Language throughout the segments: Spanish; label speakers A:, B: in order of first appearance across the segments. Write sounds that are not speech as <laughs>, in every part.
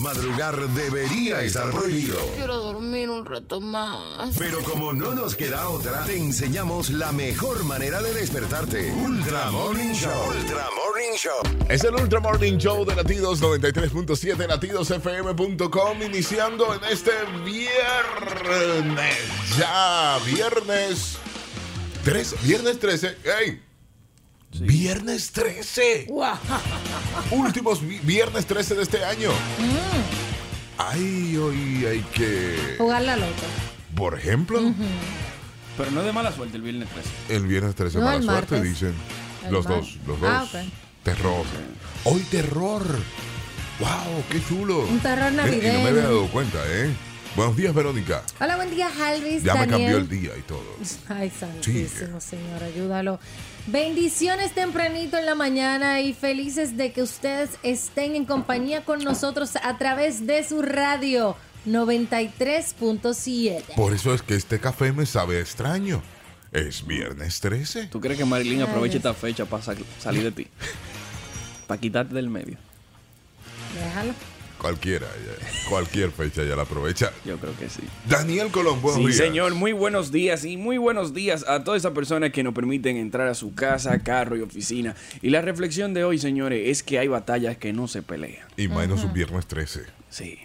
A: Madrugar debería estar prohibido.
B: Quiero dormir un rato más.
A: Pero como no nos queda otra, te enseñamos la mejor manera de despertarte. Ultra Morning Show. Ultra Morning Show.
C: Es el Ultra Morning Show de Latidos 93.7, latidosfm.com, iniciando en este viernes. Ya, viernes 13. Viernes 13. ¡Ey! Viernes 13. Últimos vi- viernes 13 de este año. Ay, hoy hay que.
D: Jugar la loca.
C: Por ejemplo,
E: Pero no es de mala suerte el viernes 13.
C: el viernes 13
D: No,
C: mala
D: el
C: suerte,
D: martes.
C: dicen.
D: El
C: Los
D: mar-
C: dos, los dos.
D: Ah, ok.
C: Terror. Hoy terror. ¡Wow! ¡Qué chulo!
D: Un terror
C: Eh, Y no me
D: navideño.
C: había dado cuenta, ¿eh? Buenos días, Verónica.
D: Hola, buen día, Alvis.
C: Ya me
D: Daniel.
C: cambió el día y todo.
D: Ay, santísimo Señor, ayúdalo. Bendiciones tempranito en la mañana y felices de que ustedes estén en compañía con nosotros a través de su radio 93.7.
C: Por eso es que este café me sabe extraño. Es viernes 13.
E: ¿Tú crees que Marilyn aproveche esta fecha para sa- salir de ti? <laughs> Para quitarte del medio.
D: Déjalo.
C: Cualquiera, ya- cualquier fecha ya la aprovecha.
E: Yo creo que sí.
C: Daniel Colón, buenos
E: Sí,
C: días.
E: señor, muy buenos días y muy buenos días a todas esas personas que nos permiten entrar a su casa, carro y oficina. Y la reflexión de hoy, señores, es que hay batallas que no se pelean.
C: Y menos un viernes 13.
E: Sí.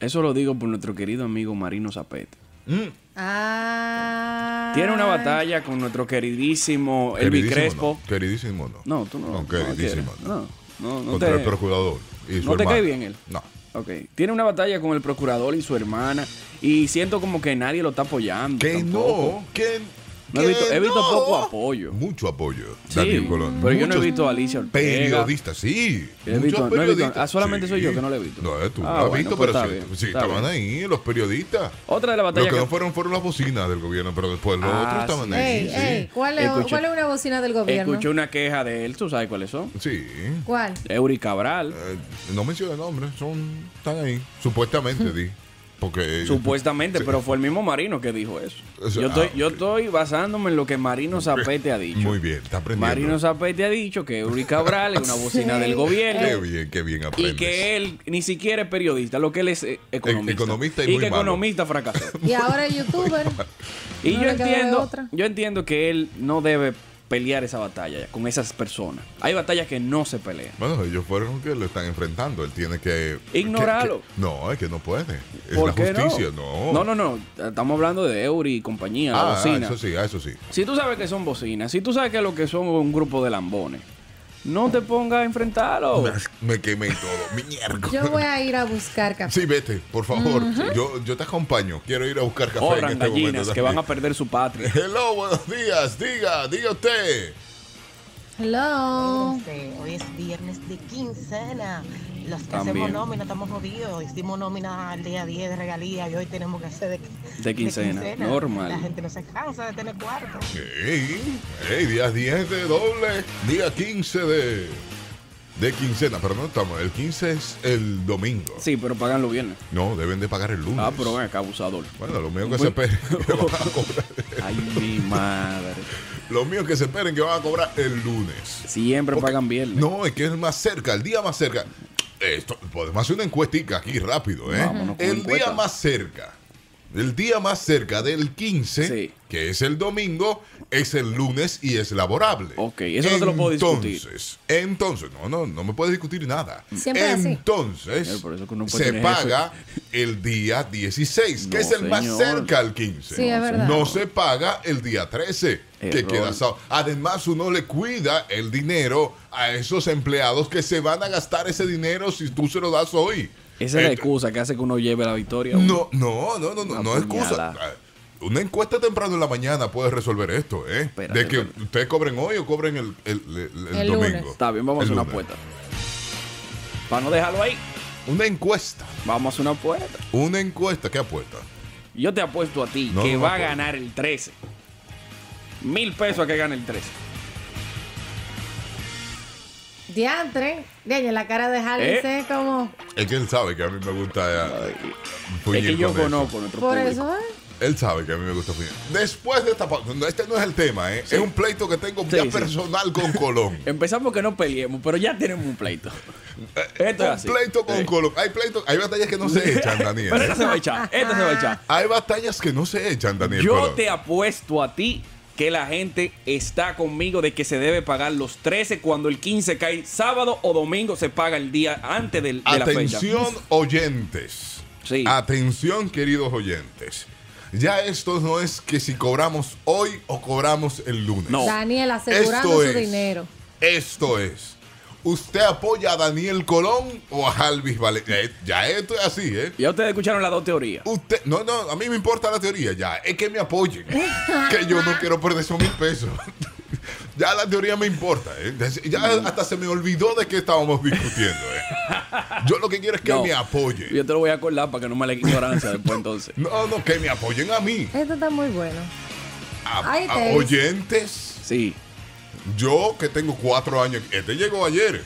E: Eso lo digo por nuestro querido amigo Marino Zapete.
C: Mm.
D: Ah.
E: Tiene una batalla con nuestro queridísimo Elvis
C: Queridísimo,
E: Crespo.
C: no. Queridísimo, no.
E: No, tú no.
C: No,
E: no
C: queridísimo,
E: quieres.
C: no.
E: No, no, no
C: Contra
E: te-
C: el procurador. Y su
E: ¿No te
C: hermano.
E: cae bien él?
C: No.
E: Ok. Tiene una batalla con el procurador y su hermana. Y siento como que nadie lo está apoyando.
C: Que
E: tampoco.
C: no, que,
E: No he
C: que
E: visto- he visto
C: no.
E: poco apoyo.
C: Mucho apoyo,
E: Sí,
C: Daniel Colón.
E: pero yo no he
C: Muchos
E: visto a Alicia Ortega.
C: Periodistas, sí.
E: Yo he
C: Muchos
E: visto- no he visto-
C: periodistas.
E: ah, solamente soy yo que no lo he visto.
C: No, eh, tú
E: Ah,
C: no lo has
E: bueno,
C: visto,
E: pues
C: pero
E: está
C: sí,
E: bien,
C: sí,
E: está
C: estaban
E: bien.
C: ahí los periodistas.
E: Otra de las
C: Lo
E: batallas
C: que
E: que...
C: no fueron fueron las bocinas del gobierno, pero después los
E: Ah,
C: otros estaban
E: sí.
C: ahí.
D: Ey,
C: sí.
D: ey, ¿cuál, es,
E: Escuché.
D: cuál es una bocina del gobierno?
E: Escuché una queja de él. ¿Tú sabes cuáles son?
C: Sí.
D: ¿Cuál?
E: Eury Cabral.
C: Eh, no menciona nombres, son, están ahí.
E: <laughs>
C: Supuestamente, di. Porque.
E: Supuestamente,
C: Sí.
E: pero fue el mismo Marino que dijo eso.
C: Eso-
E: yo, estoy,
C: ah,
E: yo
C: ok.
E: estoy basándome en lo que Marino Zapete ha dicho.
C: Muy bien, está aprendiendo.
E: Marino Zapete ha dicho que Eury Cabral es una bocina
D: Sí.
E: del
C: Qué
E: gobierno.
C: bien, qué bien aprendes.
E: Y que él ni siquiera es periodista, lo que él es eh, economista.
C: economista y muy
E: que
C: malo.
E: economista
C: <laughs>
E: fracasó.
D: Y ahora el youtuber.
E: y
D: No
E: yo
D: le queda de
E: entiendo,
D: otra.
E: yo entiendo que él no debe pelear esa batalla con esas personas. Hay batallas que no se pelean.
C: Bueno, ellos fueron los que lo están enfrentando. Él tiene que.
E: Ignorarlo.
C: que- que- no, es que no puede. Es
E: ¿Por
C: la
E: qué no?
C: justicia, no.
E: No, no, no. Estamos hablando de Eury y compañía, la
C: Ah, ah,
E: bocina.
C: eso sí, ah, eso sí.
E: Si tú sabes que son bocinas, si tú sabes que lo que son es un grupo de lambones, no te pongas a enfrentarlo.
C: Me quemé todo. Mierda.
D: Yo voy a ir a buscar café.
C: <laughs> Sí, vete, por favor. yo, yo te acompaño. Quiero ir a buscar café en
E: Corran
C: este
E: Oh, gallinas
C: momento.
E: que van a perder su
C: <laughs>
E: patria.
C: Hello, buenos días. Diga, diga usted.
D: Hello.
F: Este, hoy es viernes de quincena. Los que
E: También.
F: hacemos nómina estamos jodidos. Hicimos nómina al día 10 de regalía y hoy tenemos que hacer de,
E: De quincena, normal.
F: La gente no se cansa de tener cuarto.
C: Ey, ey, día 10 de doble, día 15 de. De quincena, pero no estamos. El 15 es el domingo.
E: Sí, pero pagan los viernes.
C: No, deben de pagar el lunes.
E: Ah, pero ven acá,
C: <laughs>
E: abusador.
C: Bueno, lo mío que
E: Bueno.
C: se esperen
E: <laughs>
C: que van a cobrar.
E: Ay, mi madre.
C: Lo mío que se esperen que van a cobrar el lunes.
E: Siempre
C: Porque-
E: pagan viernes.
C: No, es que es más cerca, el día más cerca. Esto, podemos hacer una encuestica aquí rápido, ¿eh?
E: Vámonos con
C: el
E: encuesta.
C: día más cerca. El día más cerca del 15,
E: Sí.
C: que es el domingo, es el lunes y es laborable.
E: Ok, eso no te lo puedo discutir.
C: Entonces, entonces, no, no, no me puedes discutir nada.
D: Siempre así.
C: entonces,
E: Señor, por eso que uno puede
C: se
E: tener
C: paga el día 16, que
E: No,
C: es el más
E: señor.
C: cerca al 15.
D: Sí, es verdad.
C: No se paga el día 13, que
E: Error.
C: queda sábado. Además, uno le cuida el dinero a esos empleados que se van a gastar ese dinero si tú se lo das hoy.
E: Esa es la
C: Eh,
E: excusa que hace que uno lleve la victoria.
C: No, no, no, no, no,
E: Una
C: no es excusa. Ah,
E: puñalada.
C: Una encuesta temprano en la mañana puede resolver esto, ¿eh?
E: Espérate,
C: de que
E: espérate.
C: ustedes cobren hoy o cobren el, el- el- el
D: El
C: domingo.
D: lunes.
E: Está bien, vamos a
C: El
E: hacer una
C: lunes.
E: apuesta. Para no dejarlo ahí,
C: Una encuesta.
E: vamos a hacer una apuesta.
C: Una encuesta. ¿Qué apuesta?
E: Yo te apuesto a ti
C: No,
E: que
C: no me
E: va a
C: acuerdo.
E: ganar el 13. Mil pesos a que gane el 13.
D: Diantre. Diantre, la cara de Alvis
E: ¿Eh?
D: es como.
C: Es que él sabe que a mí me gusta. eh,
E: Es
C: fuñir
E: que yo
C: Pues con eso.
E: conozco a nuestro
D: Por
E: público.
D: eso, ¿eh?
C: Él sabe que a mí me gusta Fidel. Después de esta pausa, no, este no es el tema, ¿eh? es un pleito que tengo ya
E: Sí, sí.
C: personal
E: <laughs>
C: con Colón.
E: Empezamos que no peleemos, pero ya tenemos un pleito. Esto es
C: Eh, un
E: así.
C: pleito con
E: Sí.
C: Colón. Hay pleitos, hay batallas que no se echan, Daniel.
E: Pero esta se va a echar, esta se va a echar.
C: Hay batallas que no se echan, Daniel.
E: Yo
C: Colón.
E: te apuesto a ti que la gente está conmigo de que se debe pagar los 13 cuando el 15 cae sábado o domingo se paga el día antes del, de la fecha.
C: Atención oyentes.
E: Sí.
C: Atención queridos oyentes. Ya esto no es que si cobramos hoy o cobramos el lunes.
E: No.
D: Daniel asegurando
C: Esto
D: su
C: es.
D: dinero.
C: Esto es. ¿Usted apoya a Daniel Colón o a Alvis Valencia? Ya esto es así, ¿eh?
E: Ya ustedes escucharon las dos teorías.
C: Usted, no, no, a mí me importa la teoría ya. Es que me apoyen. que yo no quiero perder esos mil pesos. <laughs> ya la teoría me importa. ¿eh? Ya hasta se me olvidó de qué estábamos discutiendo. ¿eh? Yo lo que quiero es que
E: No.
C: me apoyen.
E: Yo te lo voy a acordar para que no me la ignorancia después entonces.
C: No, no, que me apoyen a mí.
D: Esto está muy bueno.
C: A,
D: Ahí
C: a
D: te-
C: oyentes.
E: Sí.
C: Yo que tengo cuatro años. Este llegó ayer.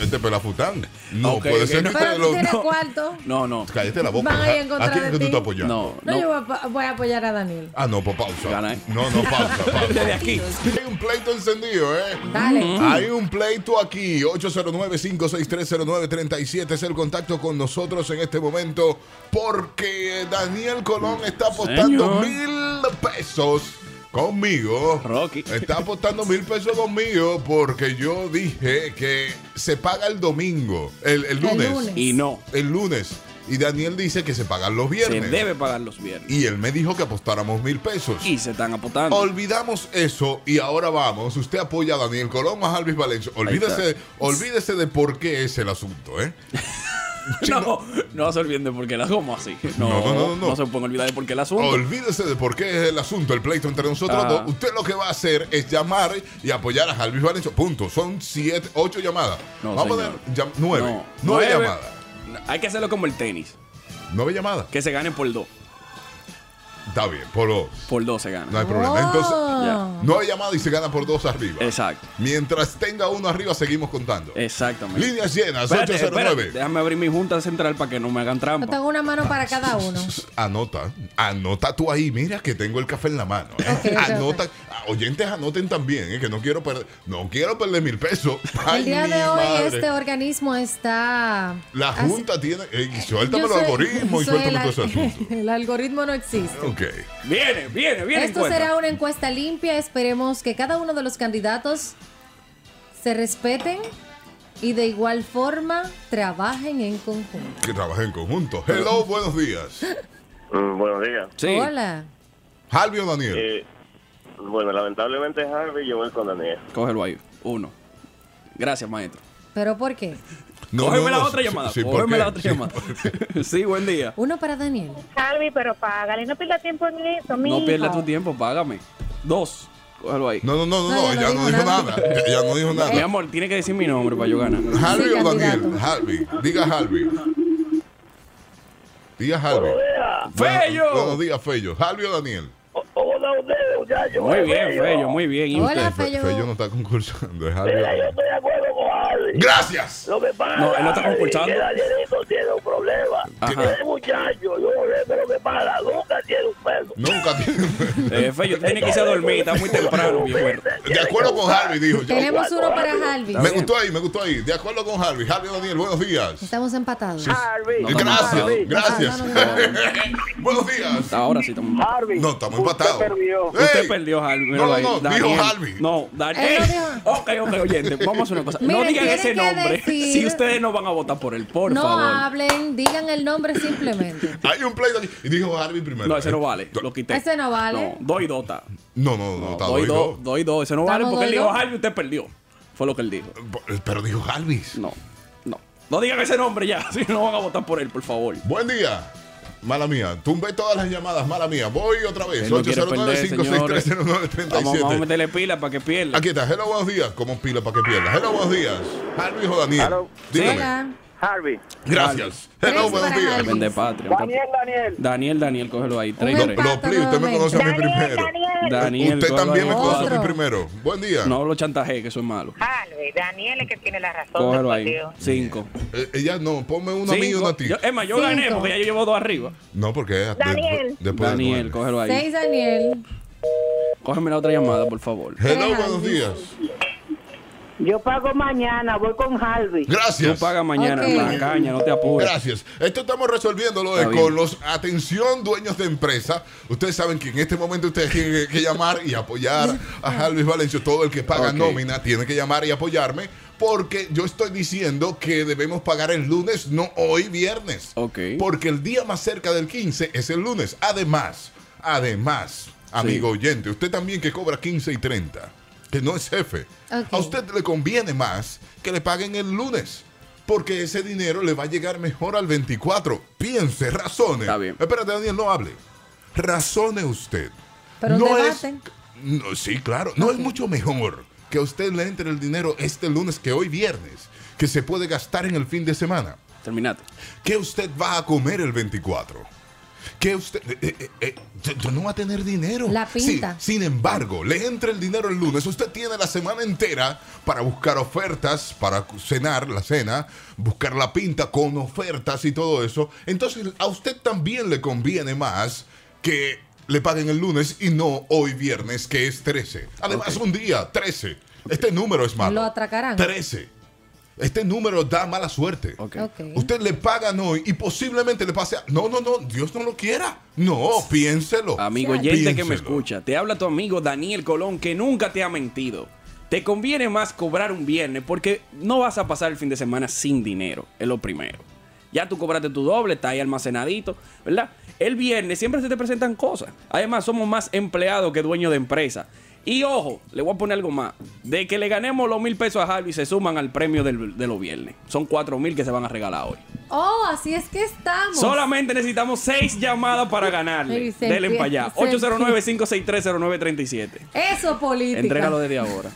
C: Este pelafután. No
E: Ok,
C: puede
E: ok,
C: ser
E: no.
C: que ustedes
D: Pero tú tienes
C: lo.
D: cuarto.
E: No, no.
C: Cállate la boca.
D: Van a ir en
C: ¿A- ¿A
D: contra
C: quién
D: de
C: es que tú
D: ti.
C: estás apoyando?
E: No,
D: No,
E: no.
D: yo voy a, voy a apoyar a Daniel.
C: Ah, no, pues pausa.
E: Gana, ¿eh?
C: No, no, pausa.
E: <laughs>
C: pausa.
E: Desde aquí.
C: Hay un pleito encendido, ¿eh?
D: Dale.
C: Hay un pleito aquí. 809-56309-37 es el contacto con nosotros en este momento. Porque Daniel Colón está apostando
E: Señor.
C: mil pesos conmigo.
E: Rocky.
C: Está apostando mil pesos conmigo porque yo dije que se paga el domingo, el, el lunes. El lunes.
D: lunes.
E: Y no.
C: Y Daniel dice que se pagan los
E: Se
C: viernes.
E: debe pagar los viernes.
C: Y él me dijo que apostáramos mil pesos.
E: Y se están apotando.
C: Olvidamos eso y ahora vamos. Usted apoya a Daniel Colón más a Alvis Valencia. Olvídese, olvídese de por qué es el asunto, ¿eh?
E: <laughs> No, no se olviden de por qué la como así. No,
C: No,
E: no,
C: no, no, no, no.
E: se pueden olvidar de por qué el asunto.
C: Olvídese de por qué es el asunto, el pleito entre nosotros
E: Ah.
C: dos. Usted lo que va a hacer es llamar y apoyar a Alvis Valencia. Punto. Son siete, ocho llamadas.
E: No,
C: vamos
E: señor.
C: a dar llam- nueve.
E: No.
C: Nueve,
E: Nueve.
C: llamadas.
E: Hay que hacerlo como el tenis.
C: Nueve llamadas.
E: Que se gane por dos.
C: Está bien, por dos.
E: Por dos se gana.
C: No hay problema. Entonces,
E: Ya.
C: nueve llamadas y se gana por dos arriba.
E: Exacto.
C: Mientras tenga uno arriba, seguimos contando.
E: Exactamente.
C: Líneas llenas,
E: Espérate,
C: 809.
E: espérate, déjame abrir mi junta central para que no me hagan
D: Yo
E: trampa.
D: tengo una mano para cada uno.
C: <laughs> Anota, anota tú ahí, mira que tengo el café en la mano. ¿eh?
D: Ok, ok,
C: anota, ah, oyentes anoten también, ¿eh? que no quiero perder, no quiero perder mil pesos. Ay,
D: <laughs> el día
C: mi
D: de hoy
C: madre.
D: este organismo está...
C: La
D: hace-
C: Junta tiene, ey, y suéltame
D: Yo
C: los
D: soy-
C: algoritmos y
D: soy
C: suéltame
D: el-
C: todo ese
D: <laughs>
C: asunto.
D: El algoritmo no existe.
C: Ok.
E: Viene, viene, viene.
D: Esto
E: encuentra.
D: será una encuesta limpia. Esperemos que cada uno de los candidatos se respeten y de igual forma trabajen en conjunto.
C: Que trabajen en conjunto. Hello, buenos días.
G: Mm, Buenos días.
E: Sí.
D: Hola.
C: Jalvio Daniel.
G: Eh, bueno, lamentablemente Harvey yo voy con Daniel.
E: Cógelo ahí. Uno. Gracias, maestro.
D: ¿Pero por qué?
E: Cógeme la otra
C: sí,
E: llamada.
C: sí, ¿por
E: Cógeme
C: qué?
E: la otra
C: Sí,
E: llamada. <laughs> sí, buen día.
D: Uno para Daniel.
H: Harvey, pero págale, no pierda tiempo en eso, mi
E: No pierdas tu tiempo, págame. Dos. Cógelo ahí.
C: No, no, no, no,
D: No,
C: no,
D: ya no
C: ella no
D: dijo
C: dijo
D: nada.
C: nada. Ya- Ella no
D: <laughs>
C: dijo
E: Mi
C: nada.
E: amor, tiene que decir mi nombre para yo ganar.
C: Harvey
D: Sí,
C: o Daniel,
D: candidato.
C: Harvey, diga Harvey. Diga Harvey.
E: ¡Fello!
C: Ah, Buenos días, Fello. Harvey o Daniel.
G: Oh, Hola, eh, ustedes, muchachos.
E: Muy bien, Fello, muy bien. ¿Y
D: Hola,
E: usted?
C: Fe-
D: Fello.
C: Fello no está concursando, es Harvey. Daniel.
G: Eh, estoy de acuerdo con Harvey.
C: Gracias.
G: Lo que pasa
E: No, él no está concursando.
G: es que Danielito tiene un problema.
E: Ajá.
G: Ese muchacho, yo lo sé, pero que pasa, nunca tiene un peso.
C: Nunca
E: <laughs>
C: tiene.
E: Eh, Fello, tiene que irse a dormir. Está muy temprano, mi muerto.
C: De acuerdo con Harvey, dijo. yo.
D: Tenemos uno para Harvey.
C: Me gustó ahí, me gustó ahí. De acuerdo con Harvey. Harvey Daniel, buenos días.
D: Estamos empatados.
G: Harvey,
E: No,
C: Gracias,
E: Harvey.
C: gracias.
D: No, no, no,
C: <laughs> Buenos días.
E: Ahora sí estamos.
G: Harvey.
C: No, estamos empatados. Ey.
E: Usted perdió, Harvey.
C: No,
E: míralo ahí.
C: no, no, dijo
E: Daniel.
C: Harvey.
E: No, Daniel.
D: Él no
E: Ok, ok, oyente. Vamos a hacer una
D: <laughs>
E: cosa. no
D: Miren,
E: digan
D: tienen
E: ese
D: que
E: nombre <laughs>
D: decir-
E: si ustedes no van a votar por él, por
D: No
E: favor.
D: hablen, digan el nombre simplemente.
C: Hay un pleito aquí. Y dijo Harvey primero.
E: No, ese no vale. Lo quité.
D: Ese no vale.
E: No, doy dota.
C: No, no, no,
E: No,
C: está
E: doy
C: doido.
E: dos, doy dos. Ese no vale
D: Estamos
E: porque él
D: doy
E: dijo
D: dos.
E: Harvey, usted perdió. Fue lo que él dijo.
C: Pero dijo Harvey.
E: No, no. No digan ese nombre ya, <laughs> si no van a votar por él, por favor.
C: Buen día. Mala mía. Tumbé todas las llamadas. Mala mía. Voy otra vez.
E: Él no quiere perder, señores. Vamos, vamos a
C: 809-56309-37.
E: meterle pila para que pierda.
C: Aquí está. Hello, buenos días. Como pila para que pierdas. Hello, buenos días. Harvey o Daniel.
G: Hello.
C: Dígame.
D: Hola.
G: Harvey.
C: Gracias.
D: Tres
C: Hello, buenos
D: para
C: días.
D: Harvey.
E: Vende patria.
G: Daniel.
E: Daniel, Daniel, cógelo ahí. Tres,
D: Un
E: tres.
D: empate.
C: Lo pli, usted me
D: nuevamente.
C: conoce a mí
H: Daniel,
C: primero.
H: Daniel,
E: Daniel,
C: Usted
E: tú
C: también me
E: hablas
C: puso
E: de-
C: a mí primero. Buen día.
E: No lo chantaje, que eso es malo.
I: Ah, Luis, Daniel es que tiene la razón.
E: Cógelo
I: por
E: ahí.
I: Dios.
E: Cinco.
C: Eh, ella no, ponme uno a mí y
E: Cinco.
C: uno a ti.
E: Yo- es más, yo
D: Cinco.
E: gané porque ya yo llevo dos arriba.
C: No, porque es de-
H: Daniel.
C: después del
E: Daniel,
C: nueve.
E: cógelo ahí.
D: Seis, Daniel.
E: Cógeme la otra llamada, por favor.
C: Hello, buenos días.
I: Yo pago mañana, voy con Harvey.
E: Tú
C: Gracias.
E: pagas mañana,
D: Ok.
E: la caña, no te apures.
C: Gracias. Esto estamos resolviéndolo de
E: Está bien.
C: con los atención dueños de empresa. Ustedes saben que en este momento ustedes tienen que, que llamar y apoyar a Luis Valencio. Todo el que paga
E: Ok.
C: nómina tiene que llamar y apoyarme porque yo estoy diciendo que debemos pagar el lunes, no hoy viernes.
E: Ok.
C: Porque el día más cerca del 15 es el lunes. Además, además, amigo oyente, usted también que cobra 15 y 30, que no es jefe,
D: Ok.
C: a usted le conviene más que le paguen el lunes. Porque ese dinero le va a llegar mejor al 24. Piense, razone.
E: Está bien.
C: Espérate, Daniel, no hable. Razone usted.
D: Pero un
C: no
D: debate.
C: es. No, sí, claro. No es mucho mejor que a usted le entre el dinero este lunes que hoy viernes, que se puede gastar en el fin de semana.
E: Terminate.
C: ¿Qué usted va a comer el 24? ¿Qué usted.? eh, eh, eh, yo- yo no va a tener dinero.
D: La pinta.
C: Sí, sin embargo, le entra el dinero el lunes. Usted tiene la semana entera para buscar ofertas, para cu- cenar la cena, buscar la pinta con ofertas y todo eso. Entonces, a usted también le conviene más que le paguen el lunes y no hoy viernes, que es 13. Además, un día, 13. Este número es malo.
D: Lo atracarán.
C: 13. Este número da mala suerte.
E: Ok.
D: Ok.
C: Usted le pagan hoy y posiblemente le pase. a- No, no, no, Dios no lo quiera. No, piénselo.
E: Amigo oyente que me
C: Piénselo.
E: escucha, te habla tu amigo Daniel Colón que nunca te ha mentido. Te conviene más cobrar un viernes porque no vas a pasar el fin de semana sin dinero, es lo primero. Ya tú cobraste tu doble, está ahí almacenadito, ¿verdad? El viernes siempre se te presentan cosas. Además, somos más empleados que dueños de empresa. Y ojo, le voy a poner algo más. De que le ganemos los mil pesos a Harvey, se suman al premio del- de los viernes. Son cuatro mil que se van a regalar hoy.
D: Oh, así es que estamos.
E: Solamente necesitamos seis llamadas para ganarle.
D: Ay, se
E: Denle para allá.
D: empieza, se
E: 809-563-0937.
D: Eso política.
E: Entrégalo desde ahora.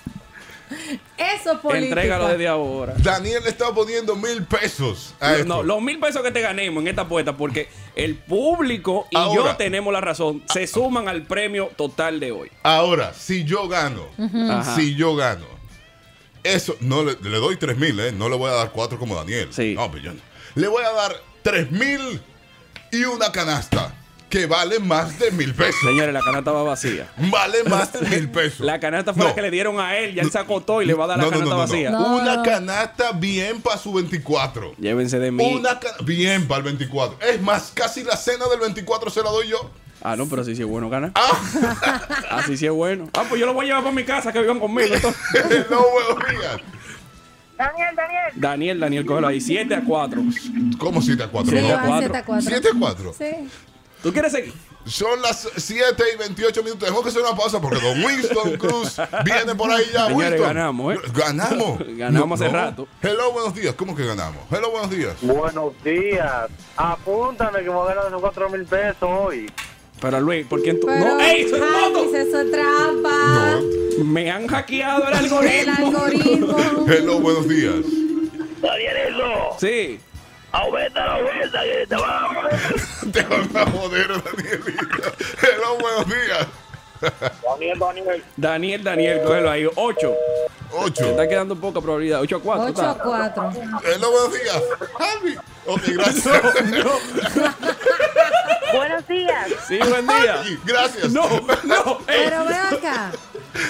D: Eso política.
E: Entrégalo desde ahora.
C: Daniel le está poniendo mil pesos. a esto.
E: No, los mil pesos que te ganemos en esta apuesta, porque el público y
C: Ahora. Ah.
E: yo tenemos la razón, se suman al premio total de hoy.
C: Ahora, si yo gano,
E: Ajá.
C: si yo gano, eso, no le, le doy tres mil, ¿eh? No le voy a dar cuatro como Daniel.
E: Sí.
C: No, pues yo no. Le voy a dar tres mil y una canasta que vale más de mil pesos.
E: Señores, la canasta va vacía.
C: Vale
E: <laughs>
C: más de mil pesos.
E: La canasta fue la
C: No.
E: que le dieron a él, ya él sacó todo y le va a dar la
C: No, no,
E: canasta
C: no, no, no.
E: vacía.
D: No,
C: Una
D: no.
C: canasta bien para su 24.
E: Llévense de mí.
C: Una ca- bien para el 24. Es más, casi la cena del 24 se la doy yo. <laughs> Ah,
E: Ah, no, pero así sí es bueno ganar. Así sí es bueno. Ah, pues yo lo voy a llevar para mi casa, que vivan conmigo.
C: <laughs>
E: entonces.
C: no, huevos, digas.
H: Daniel, Daniel.
E: Daniel, Daniel, cógelo ahí. 7 a 4.
C: ¿Cómo 7 a 4?
D: Sí,
E: Siete a
D: van
E: cuatro.
D: 7 a 4.
C: 7 a 4.
D: Sí.
E: ¿Tú quieres seguir?
C: Son las 7 y 28 minutos. Tenemos que hacer una pausa porque Don Winston Cruz viene por ahí ya.
E: Señores,
C: Winston.
E: ganamos, ¿eh?
C: Ganamos.
E: <laughs> Ganamos hace rato.
C: Hello, buenos días. ¿Cómo que ganamos? Hello, buenos días.
G: Buenos días. Apúntame que me voy a ganar esos cuatro mil pesos hoy.
E: Pero Luis, ¿por qué tú?
D: Pero,
E: ¡No! ¡Ey, eso es
D: Javis,
E: moto!
D: eso es trampa.
C: No.
E: Me han hackeado el
D: <laughs> El
E: algoritmo.
D: algoritmo.
C: Hello, buenos días. <laughs>
G: Daniel, eso.
E: Sí.
G: Aumenta la oferta que te va a
C: Te van a joder, Danielita. Hello, buenos días.
G: Daniel, Daniel.
E: Daniel, Daniel, cógelo ahí. 8.
C: 8.
E: Te está quedando poca probabilidad. 8 a 4.
D: 8 a 4.
C: Hello, buenos días. Javi. Ok,
E: <laughs>
C: gracias.
H: Buenos días.
E: Sí, buen día.
C: Javi, Gracias.
E: No, no. ey.
D: Pero ven acá.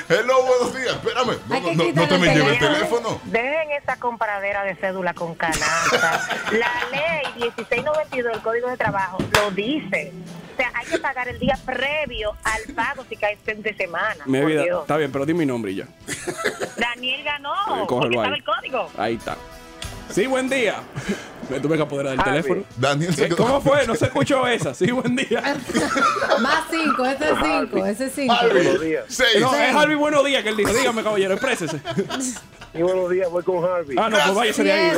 C: Hello, buenos días. Espérame. No, no,
D: Hay que
C: no, no
D: quitarle
C: te me
D: el
C: lleve el
D: teléfono.
C: teléfono.
I: Dejen esa comparadera de cédula con canasta. La ley 1692 del Código de Trabajo lo dice. O sea, hay que pagar el día previo al pago si cae fin de semana.
E: Mi
I: por
E: vida.
I: Dios.
E: Está bien, pero di mi nombre y ya.
I: Daniel ganó.
E: Eh,
I: porque
E: Cógelo ahí.
I: sabe el código.
C: Ah.
E: Ahí está. Sí, buen día. Me tuve que apoderar del
G: Javi.
E: teléfono.
C: Daniel se
E: Eh,
C: quedó-
E: ¿Cómo fue?
C: <laughs>
E: No se escuchó esa. Sí, buen día.
D: <laughs> Más 5, ese es 5, ese es 5.
C: Javi.
G: Buenos días.
C: Seis.
E: No, es Harvey Buenos Días que él dice. Dígame, caballero, exprésese.
G: Y buenos días, voy con Harvey.
E: Ah, no, pues váyase de ahí.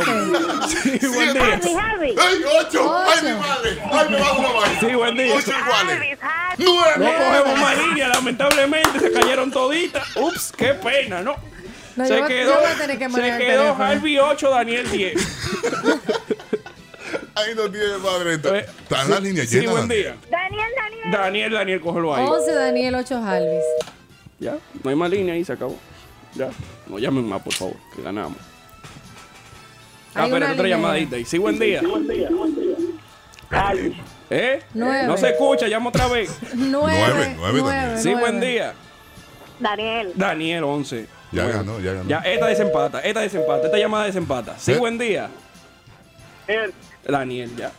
E: Sí, buen día.
H: Harvey, Harvey.
C: ¡Ay, ocho! ¡Ay,
D: Ocho.
C: mi madre! ¡Ay, me va a una
E: Sí, buen día.
C: ¡Ocho iguales!
I: Harvey, Harvey.
E: No
C: ¡Nueve!
E: cogemos más líneas, lamentablemente se cayeron toditas. Ups, qué pena, ¿no?
D: No,
E: se
D: yo voy-
E: quedó,
D: yo voy a tener que
E: se
D: manejar el
E: quedó
D: teléfono.
E: Harvey 8, Daniel 10.
C: Ahí no tiene madre.
E: Eh,
C: Están las líneas
E: sí,
C: llenas.
E: buen
C: Daniel.
E: día.
H: Daniel, Daniel.
E: Daniel, Daniel, cógelo ahí.
D: 11 Daniel 8 Alvis.
E: Ya, no hay más línea ahí, se acabó. Ya, no llamen más, por favor, que ganamos. Ah,
D: Hay
E: espera,
D: una
E: otra
D: línea.
E: llamadita ahí. Sí, buen día. ¿Eh?
D: Nueve.
E: No se escucha, llama otra vez.
D: 9.
C: Nueve, nueve, Daniel.
E: Sí, buen día.
I: Daniel,
E: Daniel, 11.
C: Ya
E: Bueno.
C: ganó, ya ganó.
E: Ya, esta desempata, esta desempata, esta llamada desempata. Sí,
C: ¿Eh?
E: buen día.
G: Bien.
E: Daniel, ya.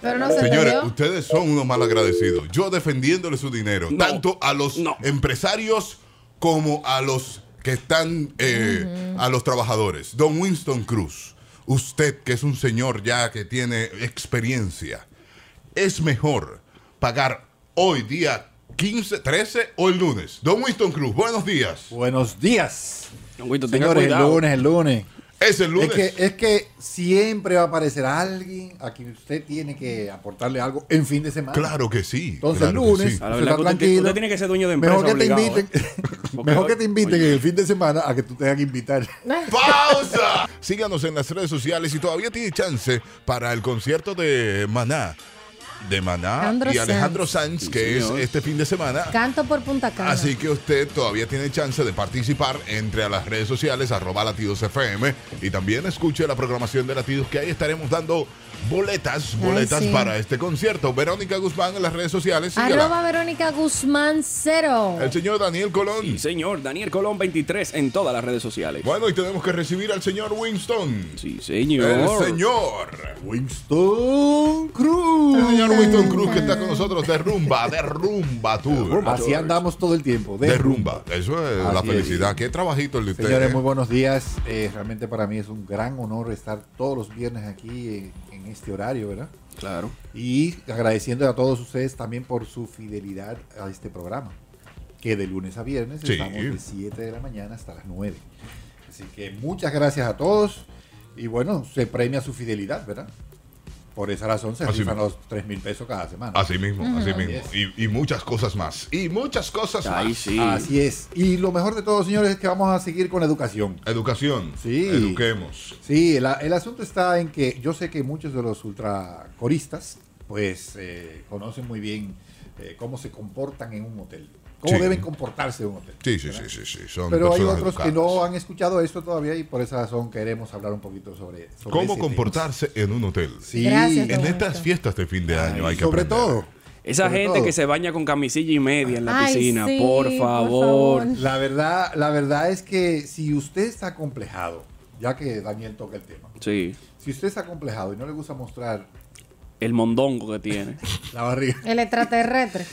D: Pero no se
C: Señores,
D: perdió.
C: ustedes son unos mal agradecidos. Yo defendiéndole su dinero,
E: No.
C: tanto a los
E: No.
C: empresarios como a los que están, eh, a los trabajadores. Don Winston Cruz, usted que es un señor ya que tiene experiencia, es mejor pagar hoy día 15, 13 o el lunes. Don Winston Cruz, buenos días.
J: Buenos días.
E: Don Guito, tenga
J: Señores, el
E: cuidado.
J: lunes, el lunes.
C: Es el lunes.
J: Es que, es que siempre va a aparecer alguien a quien usted tiene que aportarle algo en fin de semana.
C: Claro que sí.
J: Entonces el
C: claro que
J: lunes,
C: sí.
E: A la
J: usted
E: verdad
J: está
E: que usted-
J: tranquilo.
E: usted tiene que ser dueño de
J: Mejor que
E: empresa
J: te
E: obligado, ¿eh?
J: inviten, <laughs>
E: Porque
J: mejor
E: hoy-
J: que te inviten
E: oye.
J: en el fin de semana a que tú tengas que invitar.
C: ¡Pausa! Síganos en las redes sociales y todavía tiene chance para el concierto de Maná. De Maná
D: Alejandro
C: y Alejandro Sanz, que
E: señor.
C: es este fin de semana.
D: Canto por Punta Cana.
C: Así que usted todavía tiene chance de participar entre a las redes sociales, arroba latidos FM, y también escuche la programación de latidos que ahí estaremos dando boletas, boletas
D: sí.
C: para este concierto. Verónica Guzmán en las redes sociales. síguela.
D: Arroba Verónica Guzmán 0.
C: El señor Daniel Colón.
E: Sí, señor, Daniel Colón 23 en todas las redes sociales.
C: Bueno, y tenemos que recibir al señor Winston.
E: Sí,
C: El
E: señor.
C: señor.
J: Winston Cruz.
C: El señor Winston Cruz que está con nosotros de rumba, de rumba tour.
J: Así andamos todo el tiempo.
C: De
J: rumbo.
C: rumba. Eso es
J: Así
C: la
J: es.
C: felicidad. Qué trabajito el de ustedes.
J: Señores, muy buenos días. Eh, realmente para mí es un gran honor estar todos los viernes aquí eh, en este horario, ¿verdad?
E: Claro.
J: Y agradeciendo a todos ustedes también por su fidelidad a este programa, que de lunes a viernes
C: Sí.
J: estamos de 7 de la mañana hasta las 9. Así que muchas gracias a todos y bueno, se premia su fidelidad, ¿verdad? Por esa razón se
C: Así
J: rifan
C: mismo.
J: los 3 mil pesos cada semana.
C: Así mismo, así
J: Así
C: mismo. Y, y muchas cosas más. Y muchas cosas
E: Ahí
C: más.
E: sí.
J: Así es. Y lo mejor de todo, señores, es que vamos a seguir con la educación.
C: Educación.
J: Sí.
C: Eduquemos.
J: Sí, la- el asunto está en que yo sé que muchos de los ultracoristas, pues, eh, conocen muy bien eh, cómo se comportan en un hotel. Cómo
C: Sí.
J: deben comportarse en un hotel.
C: Sí, sí,
J: ¿verdad?
C: sí, sí, sí. Son
J: Pero hay
C: personas
J: otros que no
C: educadas.
J: han escuchado esto todavía y por esa razón queremos hablar un poquito sobre, sobre ese
C: ¿Cómo
J: tema.
C: comportarse en un hotel?
J: Sí,
D: Gracias,
C: En
D: Correcto.
C: estas fiestas de fin de año hay que
J: sobre
C: aprender.
J: todo,
E: Esa
J: sobre
E: gente
J: todo.
E: que se baña con camisilla y media en la
D: Ay,
E: piscina,
D: sí,
E: por
D: por
E: favor.
D: favor.
J: la verdad, la verdad es que si usted está complejado, ya que Daniel toca el tema,
E: Sí,
J: si usted está complejado y no le gusta mostrar
E: el mondongo que tiene.
J: la barriga,
D: El extraterrestre.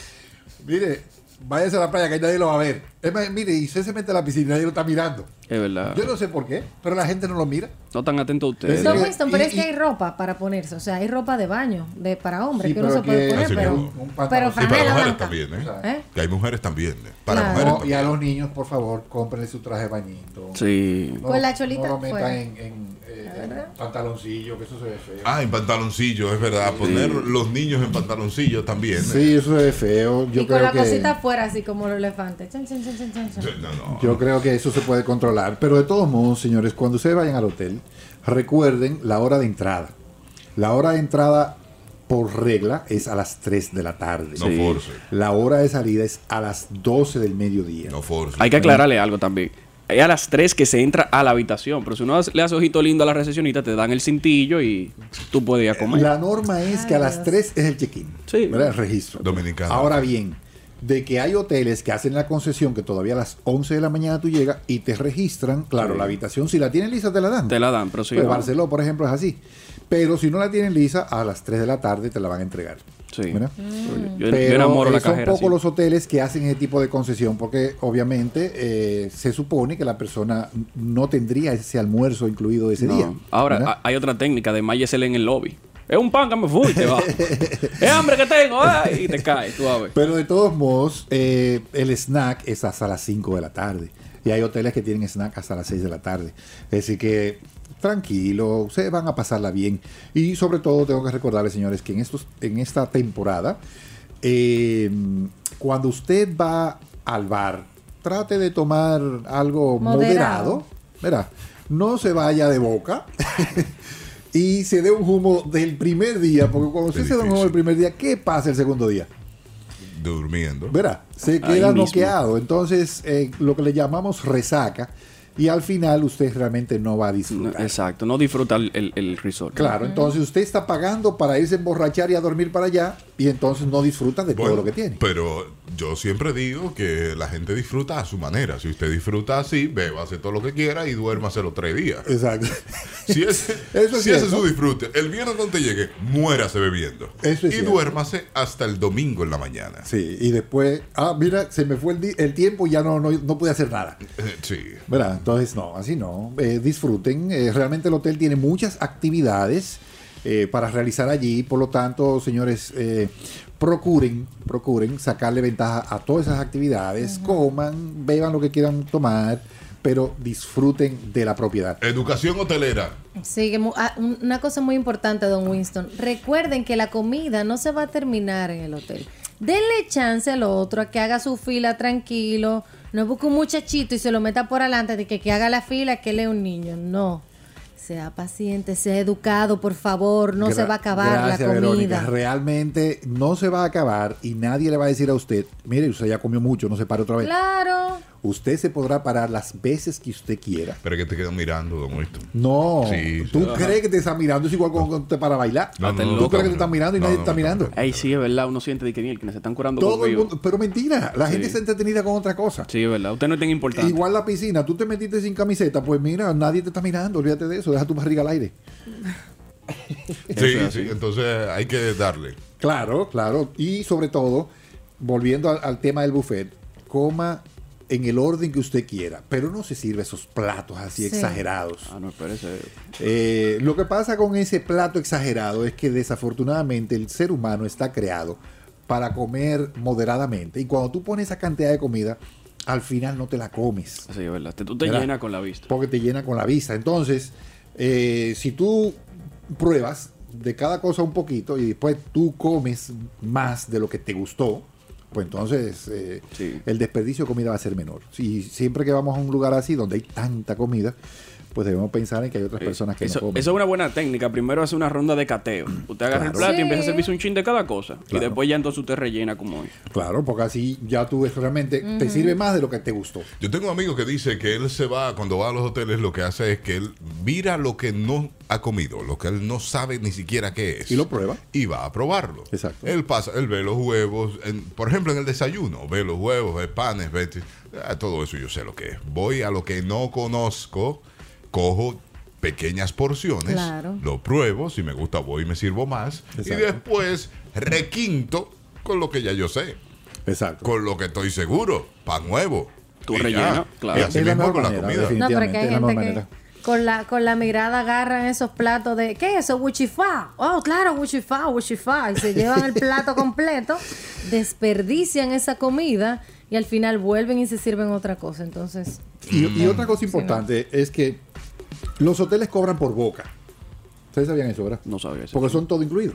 J: Mire, váyase a la playa que ahí nadie lo va a ver. Es más, mire, y usted se mete a la piscina y nadie lo está mirando.
E: Es verdad.
J: Yo no sé por qué, pero la gente no lo mira.
E: No tan atento a ustedes.
J: Sí,
D: No,
J: que-
D: Winston, pero
J: y-
D: es que
J: y-
D: hay ropa para ponerse. O sea, hay ropa de baño de para hombres
J: Sí,
D: que uno se
J: pero
D: puede
J: que-
D: poner,
C: Así
D: pero,
C: mismo.
J: Un pantalón.
D: pero
J: Sí,
C: Y para
D: franela
C: mujeres
D: blanca.
C: también, ¿eh?
D: ¿Eh?
C: Que hay mujeres también. ¿eh? Para
D: Claro.
C: mujeres
J: No, y
C: también.
J: a los niños, por favor, cómprenle su traje de bañito.
E: Sí.
J: No,
D: Con la
J: lo-
D: cholita
J: No lo metan
D: fuera.
J: en, en, eh, en pantaloncillo, que eso se ve feo.
C: Ah, en pantaloncillo, es verdad. Poner los niños en pantaloncillo también. ¿eh?
J: Sí, eso se ve feo. Yo
D: y con
J: creo
D: la
J: que.
D: cosita afuera, así como los elefantes. Chan, chan, chan, chan, chan, chan.
C: eh. No, no.
J: Yo creo que eso se puede controlar. Pero de todos modos, señores, cuando ustedes vayan al hotel, recuerden la hora de entrada. La hora de entrada, por regla, es a las 3 de la tarde.
C: No force.
J: La hora de salida es a las 12 del mediodía.
C: No force.
E: Hay que aclararle algo también. Es a las 3 que se entra a la habitación, pero si uno le hace ojito lindo a la recepcionista, te dan el cintillo y tú puedes ir a comer.
J: La norma es que a las 3 es el check-in.
E: Sí.
J: ¿verdad? El registro.
C: Dominicano.
J: Ahora bien, de que hay hoteles que hacen la concesión que todavía a las 11 de la mañana tú llegas y te registran. Claro, la habitación, si la tienes lista, te la dan.
E: Te la dan, pero sí.
J: Pues
E: ¿no?
J: Barceló, por ejemplo, es así. Pero si no la tienen lisa, a las 3 de la tarde te la van a entregar.
E: Sí.
J: ¿Verdad?
E: Yo- Yo,
J: Pero
E: enamoro la
J: eh, son
E: cajera.
J: pocos
E: sí.
J: los hoteles que hacen ese tipo de concesión porque obviamente eh, se supone que la persona no tendría ese almuerzo incluido ese
E: No.
J: día.
E: Ahora,
J: ¿verdad?
E: ha- hay otra técnica de mayesele en el lobby. Es un pan que me fui,
J: <laughs>
E: te va. es hambre que tengo, ay, y te cae, tú a ver.
J: Pero de todos modos, eh, el snack es hasta las 5 de la tarde. Y hay hoteles que tienen snack hasta las 6 de la tarde. Así que tranquilo, ustedes van a pasarla bien. Y sobre todo tengo que recordarles, señores, que en, estos, en esta temporada, eh, cuando usted va al bar, trate de tomar algo
D: Moderado.
J: moderado. Verá, no se vaya de boca. <laughs> Y se dé un humo del primer día, porque cuando
C: Es
J: usted se da un humo
C: difícil.
J: del primer día, ¿qué pasa el segundo día?
C: durmiendo.
J: ¿Verdad? Se
C: Ahí
J: queda
C: mismo.
J: noqueado. Entonces, eh, lo que le llamamos resaca. Y al final usted realmente no va a disfrutar.
E: Exacto, no disfruta el, el- el resort.
J: Claro, entonces usted está pagando para irse a emborrachar y a dormir para allá. Y entonces no disfruta de todo lo que tiene.
C: Pero yo siempre digo que la gente disfruta a su manera. Si usted disfruta así, bébase todo lo que quiera y duérmase los tres días.
J: Exacto.
C: Si ese,
J: Eh, <laughs> Eso es
C: si ese es
J: cierto.
C: su disfrute, el viernes cuando te llegue, muérase bebiendo.
J: Eso es
C: y
J: cierto.
C: duérmase hasta el domingo en la mañana.
J: Sí, y después, ah, mira, se me fue el, di- el tiempo y ya no, no, no pude hacer nada.
C: Eh, Sí.
J: ¿Verdad? Entonces, no, así no. Eh, disfruten. Eh, realmente el hotel tiene muchas actividades eh, para realizar allí. Por lo tanto, señores, eh, procuren, procuren sacarle ventaja a todas esas actividades. Coman, beban lo que quieran tomar, pero disfruten de la propiedad.
C: Educación hotelera.
D: Sí, que mu- ah, un- una cosa muy importante,
J: Ah.
D: don Winston. Recuerden que la comida no se va a terminar en el hotel. Denle chance al otro a que haga su fila tranquilo. No busque un muchachito y se lo meta por adelante de que, que haga la fila, que él es un niño. No. Sea paciente, sea educado, por favor. No se
J: Gra-
D: va a acabar
J: gracias,
D: la comida.
J: Verónica. Realmente no se va a acabar y nadie le va a decir a usted, mire, usted ya comió mucho, no se pare otra vez.
D: Claro.
J: Usted se podrá parar las veces que usted quiera.
C: Pero que te quedan mirando, don Winston.
J: No,
C: Sí, sí.
J: tú
C: Ajá.
J: crees que te están mirando, es igual como cuando te para a bailar.
E: No, no,
J: tú
E: no,
J: crees
E: no,
J: que te están mirando y
E: no,
J: nadie
E: no,
J: te está
E: no,
J: mirando.
E: Ey, sí, es verdad, uno siente de que mierda, que se están curando
J: Todo el
E: conmigo.
J: mundo, pero mentira, la
E: Sí.
J: gente está entretenida con otra cosa.
E: Sí, es verdad, usted no es tan importante.
J: Igual la piscina, tú te metiste sin camiseta, pues mira, nadie te está mirando, olvídate de eso, deja tu barriga al aire.
C: Sí, sí, entonces hay que darle.
J: Claro, claro. Y sobre todo, volviendo al, al tema del buffet, coma en el orden que usted quiera, pero no se sirve esos platos así
E: Sí.
J: exagerados.
E: Ah, no, espérese.
J: Eh, lo que pasa con ese plato exagerado es que desafortunadamente el ser humano está creado para comer moderadamente y cuando tú pones esa cantidad de comida, al final no te la comes.
E: Sí, es verdad. Te- Tú te
J: ¿Verdad?
E: llenas con la vista.
J: Porque te llena con la vista. Entonces, eh, si tú pruebas de cada cosa un poquito y después tú comes más de lo que te gustó, pues entonces eh, el desperdicio de comida va a ser menor. Si siempre que vamos a un lugar así donde hay tanta comida, pues debemos pensar en que hay otras personas que
E: Eh, Eso,
J: no comen.
E: eso es una buena técnica. Primero hace una ronda de cateo. Usted agarra el
J: Claro.
E: plato
J: Sí.
E: y empieza a servirse un chin de cada cosa. Y después ya entonces usted rellena como es.
J: Claro, porque así ya tú ves realmente te
E: Ujú.
J: sirve más de lo que te gustó.
C: Yo tengo un amigo que dice que él se va, cuando va a los hoteles, lo que hace es que él mira lo que no ha comido, lo que él no sabe ni siquiera qué es. Y lo
J: prueba.
C: Y va a probarlo. Exacto. Él pasa, él ve los huevos, en- por ejemplo, en el desayuno, ve los huevos, ve panes, ve ah, todo eso yo sé lo que es. Voy a lo que no conozco, cojo pequeñas porciones,
K: Claro.
C: lo pruebo, si me gusta voy y me sirvo más. Y
K: Exacto.
C: después requinto con lo que ya yo sé.
J: Exacto.
C: Con lo que estoy seguro, pan nuevo.
E: Tu
C: Y ya.
E: relleno, claro.
C: Y así
E: Es la
C: mismo
E: mejor
C: con la
E: manera,
C: comida.
D: No, pero que hay gente que con la, con la mirada agarran esos platos de, ¿qué es eso? Wuchifá. Oh, claro, wuchifá, wuchifá. Y se llevan el plato completo, desperdician esa comida y al final vuelven y se sirven otra cosa. Entonces,
J: Y,
C: Mm-hmm.
J: y otra cosa importante es que los hoteles cobran por boca. ¿Ustedes sabían eso, verdad?
E: No sabía eso.
J: Porque son todo incluido.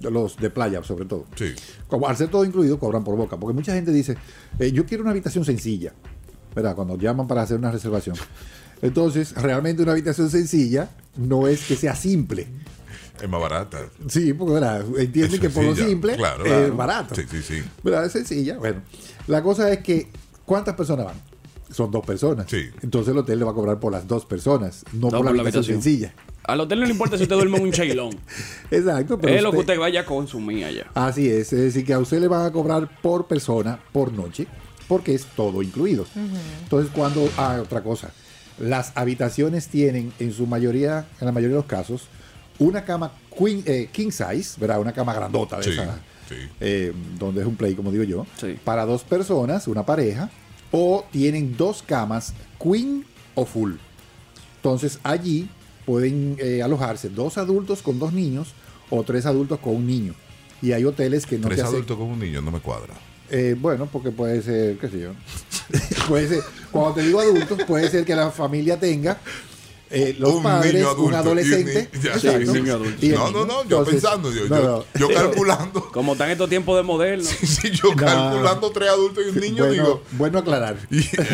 J: Los de playa, sobre todo.
C: Sí.
J: Como al ser todo incluido, cobran por boca. Porque mucha gente dice, eh, yo quiero una habitación sencilla. ¿Verdad? Cuando llaman para hacer una reservación. Entonces, realmente una habitación sencilla no es que sea simple.
C: Es más barata.
J: Sí, porque ¿verdad? entienden
C: Es
J: que por lo
C: sencilla,
J: simple
C: claro,
J: es
C: claro.
J: barato.
C: Sí, sí, sí.
J: ¿Verdad? Es sencilla. Bueno, la cosa es que, ¿cuántas personas van? Son dos personas. Entonces el hotel le va a cobrar por las dos personas, no, por, la habitación sencilla.
E: Al hotel no le importa si usted duerme en un chailón.
J: Exacto, <laughs> pero.
E: es lo que
J: usted-
E: usted vaya a consumir allá.
J: Así es, es decir, que a usted le van a cobrar por persona, por noche, porque es todo incluido. Entonces, cuando. Ah, otra cosa. Las habitaciones tienen, en su mayoría, en la mayoría de los casos, una cama queen- eh, king size, ¿verdad? Una cama grandota de
C: Sí,
J: esa,
C: sí.
J: eh, donde es un play, como digo yo, para dos personas, una pareja, o tienen dos camas, queen o full. Entonces allí pueden eh, alojarse dos adultos con dos niños o tres adultos con un niño. Y hay hoteles que no
C: Tres
J: te hacen-
C: adultos con un niño no me cuadra.
J: eh, bueno, porque puede ser, <laughs> qué sé yo. puede ser, cuando te digo adultos, puede ser que la familia tenga eh, los
C: Un
J: padres,
C: niño adulto
J: un
C: y un
J: adolescente.
C: ni- <laughs> ya,
J: exacto,
C: sí, un niño adulto.
J: y el
C: No,
J: niño.
C: no, no, yo pensando, yo- yo- yo calculando. <laughs>
E: Como están estos tiempos de moderno.
C: yo
J: No.
C: calculando tres adultos y un niño,
J: bueno,
C: digo,
J: bueno aclarar. <laughs>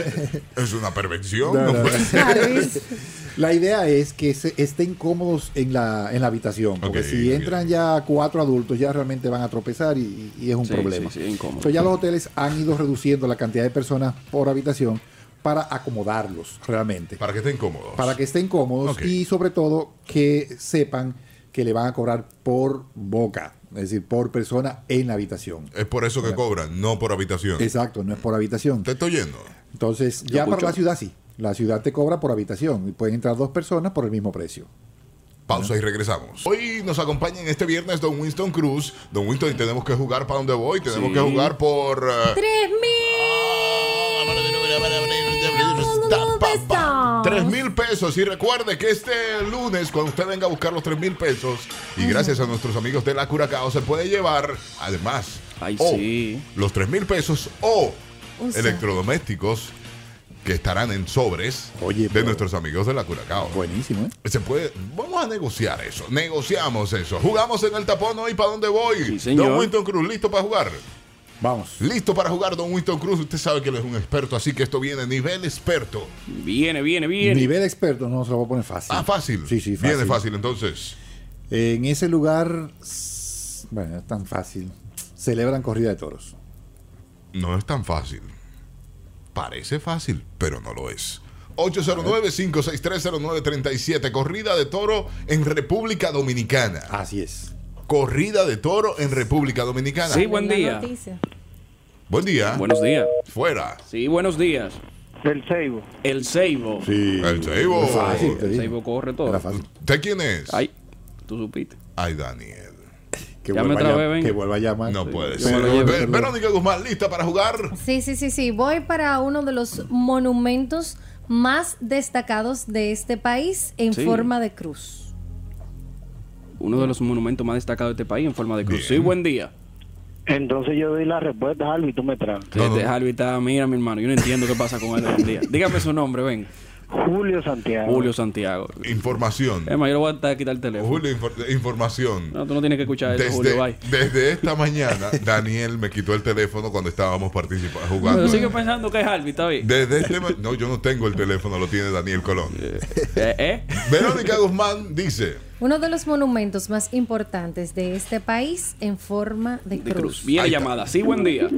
C: es una perversión.
J: No,
C: no
J: no,
C: puede
J: no.
C: ser.
J: <laughs> La idea es que se- estén cómodos en la, en la habitación, porque
C: Ok,
J: si
C: ok.
J: entran ya cuatro adultos, ya realmente van a tropezar y, y es un
E: Sí,
J: problema.
E: sí, sí, incómodo.
J: Entonces ya los hoteles han ido reduciendo la cantidad de personas por habitación para acomodarlos realmente.
C: Para que estén cómodos.
J: para que estén cómodos
C: Ok.
J: y sobre todo que sepan que le van a cobrar por boca, es decir, por persona en la habitación.
C: Es por eso que cobran, no por habitación.
J: Exacto, no es por habitación.
C: ¿Te estoy oyendo?
J: Entonces, ya
E: escucho.
J: para la ciudad sí. La ciudad te cobra por habitación y pueden entrar dos personas por el mismo precio.
C: Pausa y regresamos. Hoy nos acompaña en este viernes Don Winston Cruz. Don Winston, y tenemos que jugar para donde voy. Tenemos
E: Sí.
C: que jugar por. eh,
D: ¡Tres mil pesos!
C: 3 mil pesos. Y recuerde que este lunes, cuando usted venga a buscar los 3 mil pesos, y gracias a nuestros amigos de la Curacao, se puede llevar, además,
E: Ay,
C: o
E: sí.
C: los 3 mil pesos o
D: Un set.
C: electrodomésticos que estarán en sobres
J: Oye,
C: de
J: pero-
C: nuestros amigos de la Curacao.
J: Buenísimo, ¿eh?
C: Se puede, vamos a negociar eso, negociamos eso. Jugamos en el tapón hoy para dónde voy.
E: Sí, señor.
C: Don Winston Cruz, listo para jugar.
J: Vamos.
C: Listo para jugar, Don Winston Cruz. Usted sabe que él es un experto, así que esto viene nivel experto.
E: Viene, viene, viene.
J: Nivel experto, no se lo voy a poner fácil.
C: Ah, fácil.
J: Sí, sí, fácil.
C: Viene fácil, entonces.
J: En ese lugar, s- bueno, no es tan fácil. Celebran corrida de toros.
C: No es tan fácil. Parece fácil, pero no lo es. 809-56309-37. Corrida de toro en República Dominicana.
J: Así es.
C: Corrida de toro en República Dominicana.
E: Sí, buen
D: La
E: día.
D: noticia.
C: Buen día.
E: Buenos días.
C: Fuera.
E: Sí, buenos días.
G: Del Seibo.
E: El Seibo.
J: Sí.
C: El Seibo.
J: Muy Fácil, te
E: El
J: dije.
E: Seibo corre todo.
J: Era fácil.
C: ¿Usted quién es?
E: Ay, tú supiste.
C: Ay, Daniel.
J: Que
E: Ya me
J: vuelva, a
E: trabé,
J: llam-
E: venga.
J: que vuelva a llamar.
C: No puede
E: yo me
C: ser.
E: lo llevo.
C: Ve- Verónica Guzmán, ¿lista para jugar?
D: Sí, sí, sí, sí. Voy para uno de los monumentos más destacados de este país en
E: Sí.
D: forma de cruz.
E: Uno de los monumentos más destacados de este país en forma de cruz.
C: Bien.
E: Sí, buen día.
G: Entonces yo doy la respuesta, Albi, y tú me traes.
E: Sí, Este Harvey está, mira, mi hermano, yo no entiendo qué pasa con él hoy en
C: <laughs>
E: día. Dígame su nombre, ven.
G: Julio
C: Ah.
G: Santiago.
E: Julio Santiago.
C: Em, Información.
E: Es más, yo Em, le voy a tar- quitar el teléfono.
C: Julio, infor- información.
E: No, tú no tienes que escuchar eso, Julio,
C: Desde,
E: bye.
C: desde esta mañana, Daniel me quitó el teléfono cuando estábamos participando jugando.
E: Pero sigue pensando que es Harvey, ¿está bien?
C: Desde este ma- no, yo no tengo el teléfono, lo tiene Daniel Colón.
E: Eh, ¿eh?
C: Verónica Guzmán dice:
D: Uno de los monumentos más importantes de este país en forma de,
E: De
D: cruz.
E: Cruz. Bien
C: Ahí está.
E: llamada. Sí, buen día.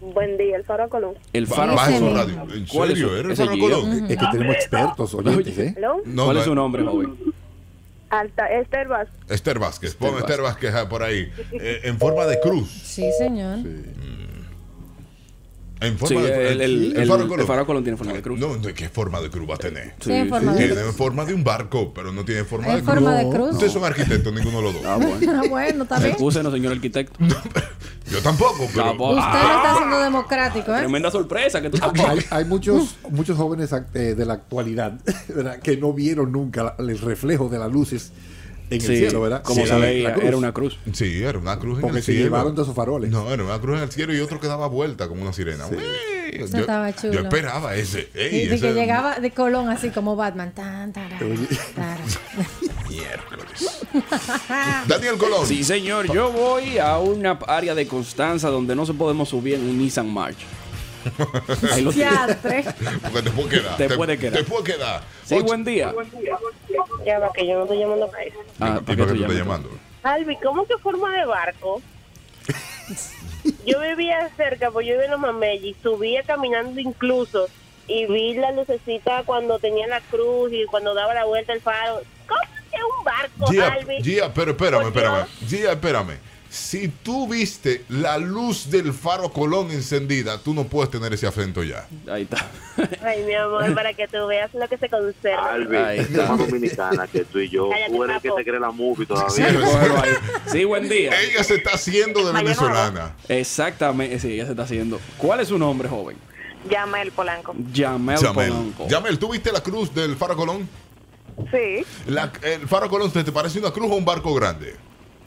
H: Buen día, el Faro Colón.
E: El
C: Baja
E: faro.
C: baja su
D: excelente.
C: radio. ¿En
E: ¿Cuál es
C: serio?
E: su-
C: ¿Eres
E: ese
C: Faro
E: Gio?
C: Colón?
J: Es que tenemos expertos, oyentes, ¿eh?
H: ¿Hello?
C: No,
E: ¿Cuál
C: no,
E: es su nombre, joven?
H: Alta,
E: <laughs>
H: Esther Vaz.
C: Esther Vázquez. Pon
E: Esther
C: Esther Vázquez ah, por ahí. Eh, en forma de cruz.
D: Sí, señor.
C: En
E: Sí,
C: forma
E: el,
C: de
E: el, el,
C: Faro Colón.
E: el faro Colón tiene forma de cruz.
C: No, no, ¿qué forma de cruz va a tener?
D: Sí, en forma de
C: Tiene
D: cruz.
C: forma de un barco, pero no tiene forma de
D: En forma de
C: cruz.
D: cruz.
C: Ustedes son arquitectos, ninguno de los dos.
E: Ah, bueno.
D: <laughs> Ah, bueno, está
E: <laughs>
D: bien. Usted
E: Excúsenos, señor arquitecto.
C: <laughs> Yo tampoco, pero.
E: Tampoco.
D: no está siendo democrático, ¿eh?
E: Tremenda sorpresa que tú estás
J: Hay, hay muchos, muchos jóvenes act- eh, de la actualidad <laughs> ¿verdad? que no vieron nunca la- el reflejo de las luces en el cielo, ¿verdad?
E: como
J: Sí,
E: se
J: la-
E: veía,
J: la cruz.
E: era una cruz.
C: Sí, era una cruz en
J: Porque
C: el
J: se
C: cielo.
J: llevaron de esos faroles.
C: No, era una cruz en el cielo y otro que daba vuelta como una sirena. Uy, yo,
D: estaba
C: yo
D: chulo.
C: esperaba ese. Ey,
D: Y de
C: ese-
D: que llegaba de Colón así como Batman. Tan, tarara, tarara.
C: Miércoles. Daniel Colón.
E: Sí, señor, yo voy a una área de Constanza donde no se podemos subir en un Nissan March. Ahí lo tiene.
D: Teatre.
C: Porque te puedo quedar.
E: Te puede quedar.
C: Te puedo quedar.
E: Sí, buen día.
I: Ya va, que yo no estoy llamando para eso.
E: Ah,
C: ¿Y
E: ¿para qué
C: para
E: tú
C: qué tú estás
E: llamas?
C: llamando?
I: Albi, ¿cómo que forma de barco? yo vivía cerca, pues yo vivía en los Mamey, y subía caminando incluso y vi la lucecita cuando tenía la cruz y cuando daba la vuelta el faro. ¿Cómo que un barco,
C: Gia,
I: Albi?
C: Gia, pero espérame,
I: Por Dios.
C: espérame. Gia, espérame. Si tú viste la luz del faro Colón encendida, tú no puedes tener ese acento ya.
E: Ahí
C: <laughs>
E: está.
I: Ay, mi amor, para que tú veas lo que se conserva.
E: Ahí
K: Albi,
E: está.
K: más dominicana que tú y yo.
I: Cállate,
K: Tú eres el que
I: papo.
K: te cree la movie
E: Sí,
K: todavía.
E: cógelo ahí. Sí, buen día.
C: Ella se está haciendo de
I: Mañana.
C: venezolana.
E: Exactamente, sí, ya se está haciendo. ¿Cuál es su nombre, joven?
I: Llama el Polanco.
E: Yamel
C: Jamel.
E: Polanco.
C: Jamel, ¿tú viste la cruz del faro Colón?
I: Sí.
C: La- el faro Colón, ¿te, te parece una cruz o un barco grande?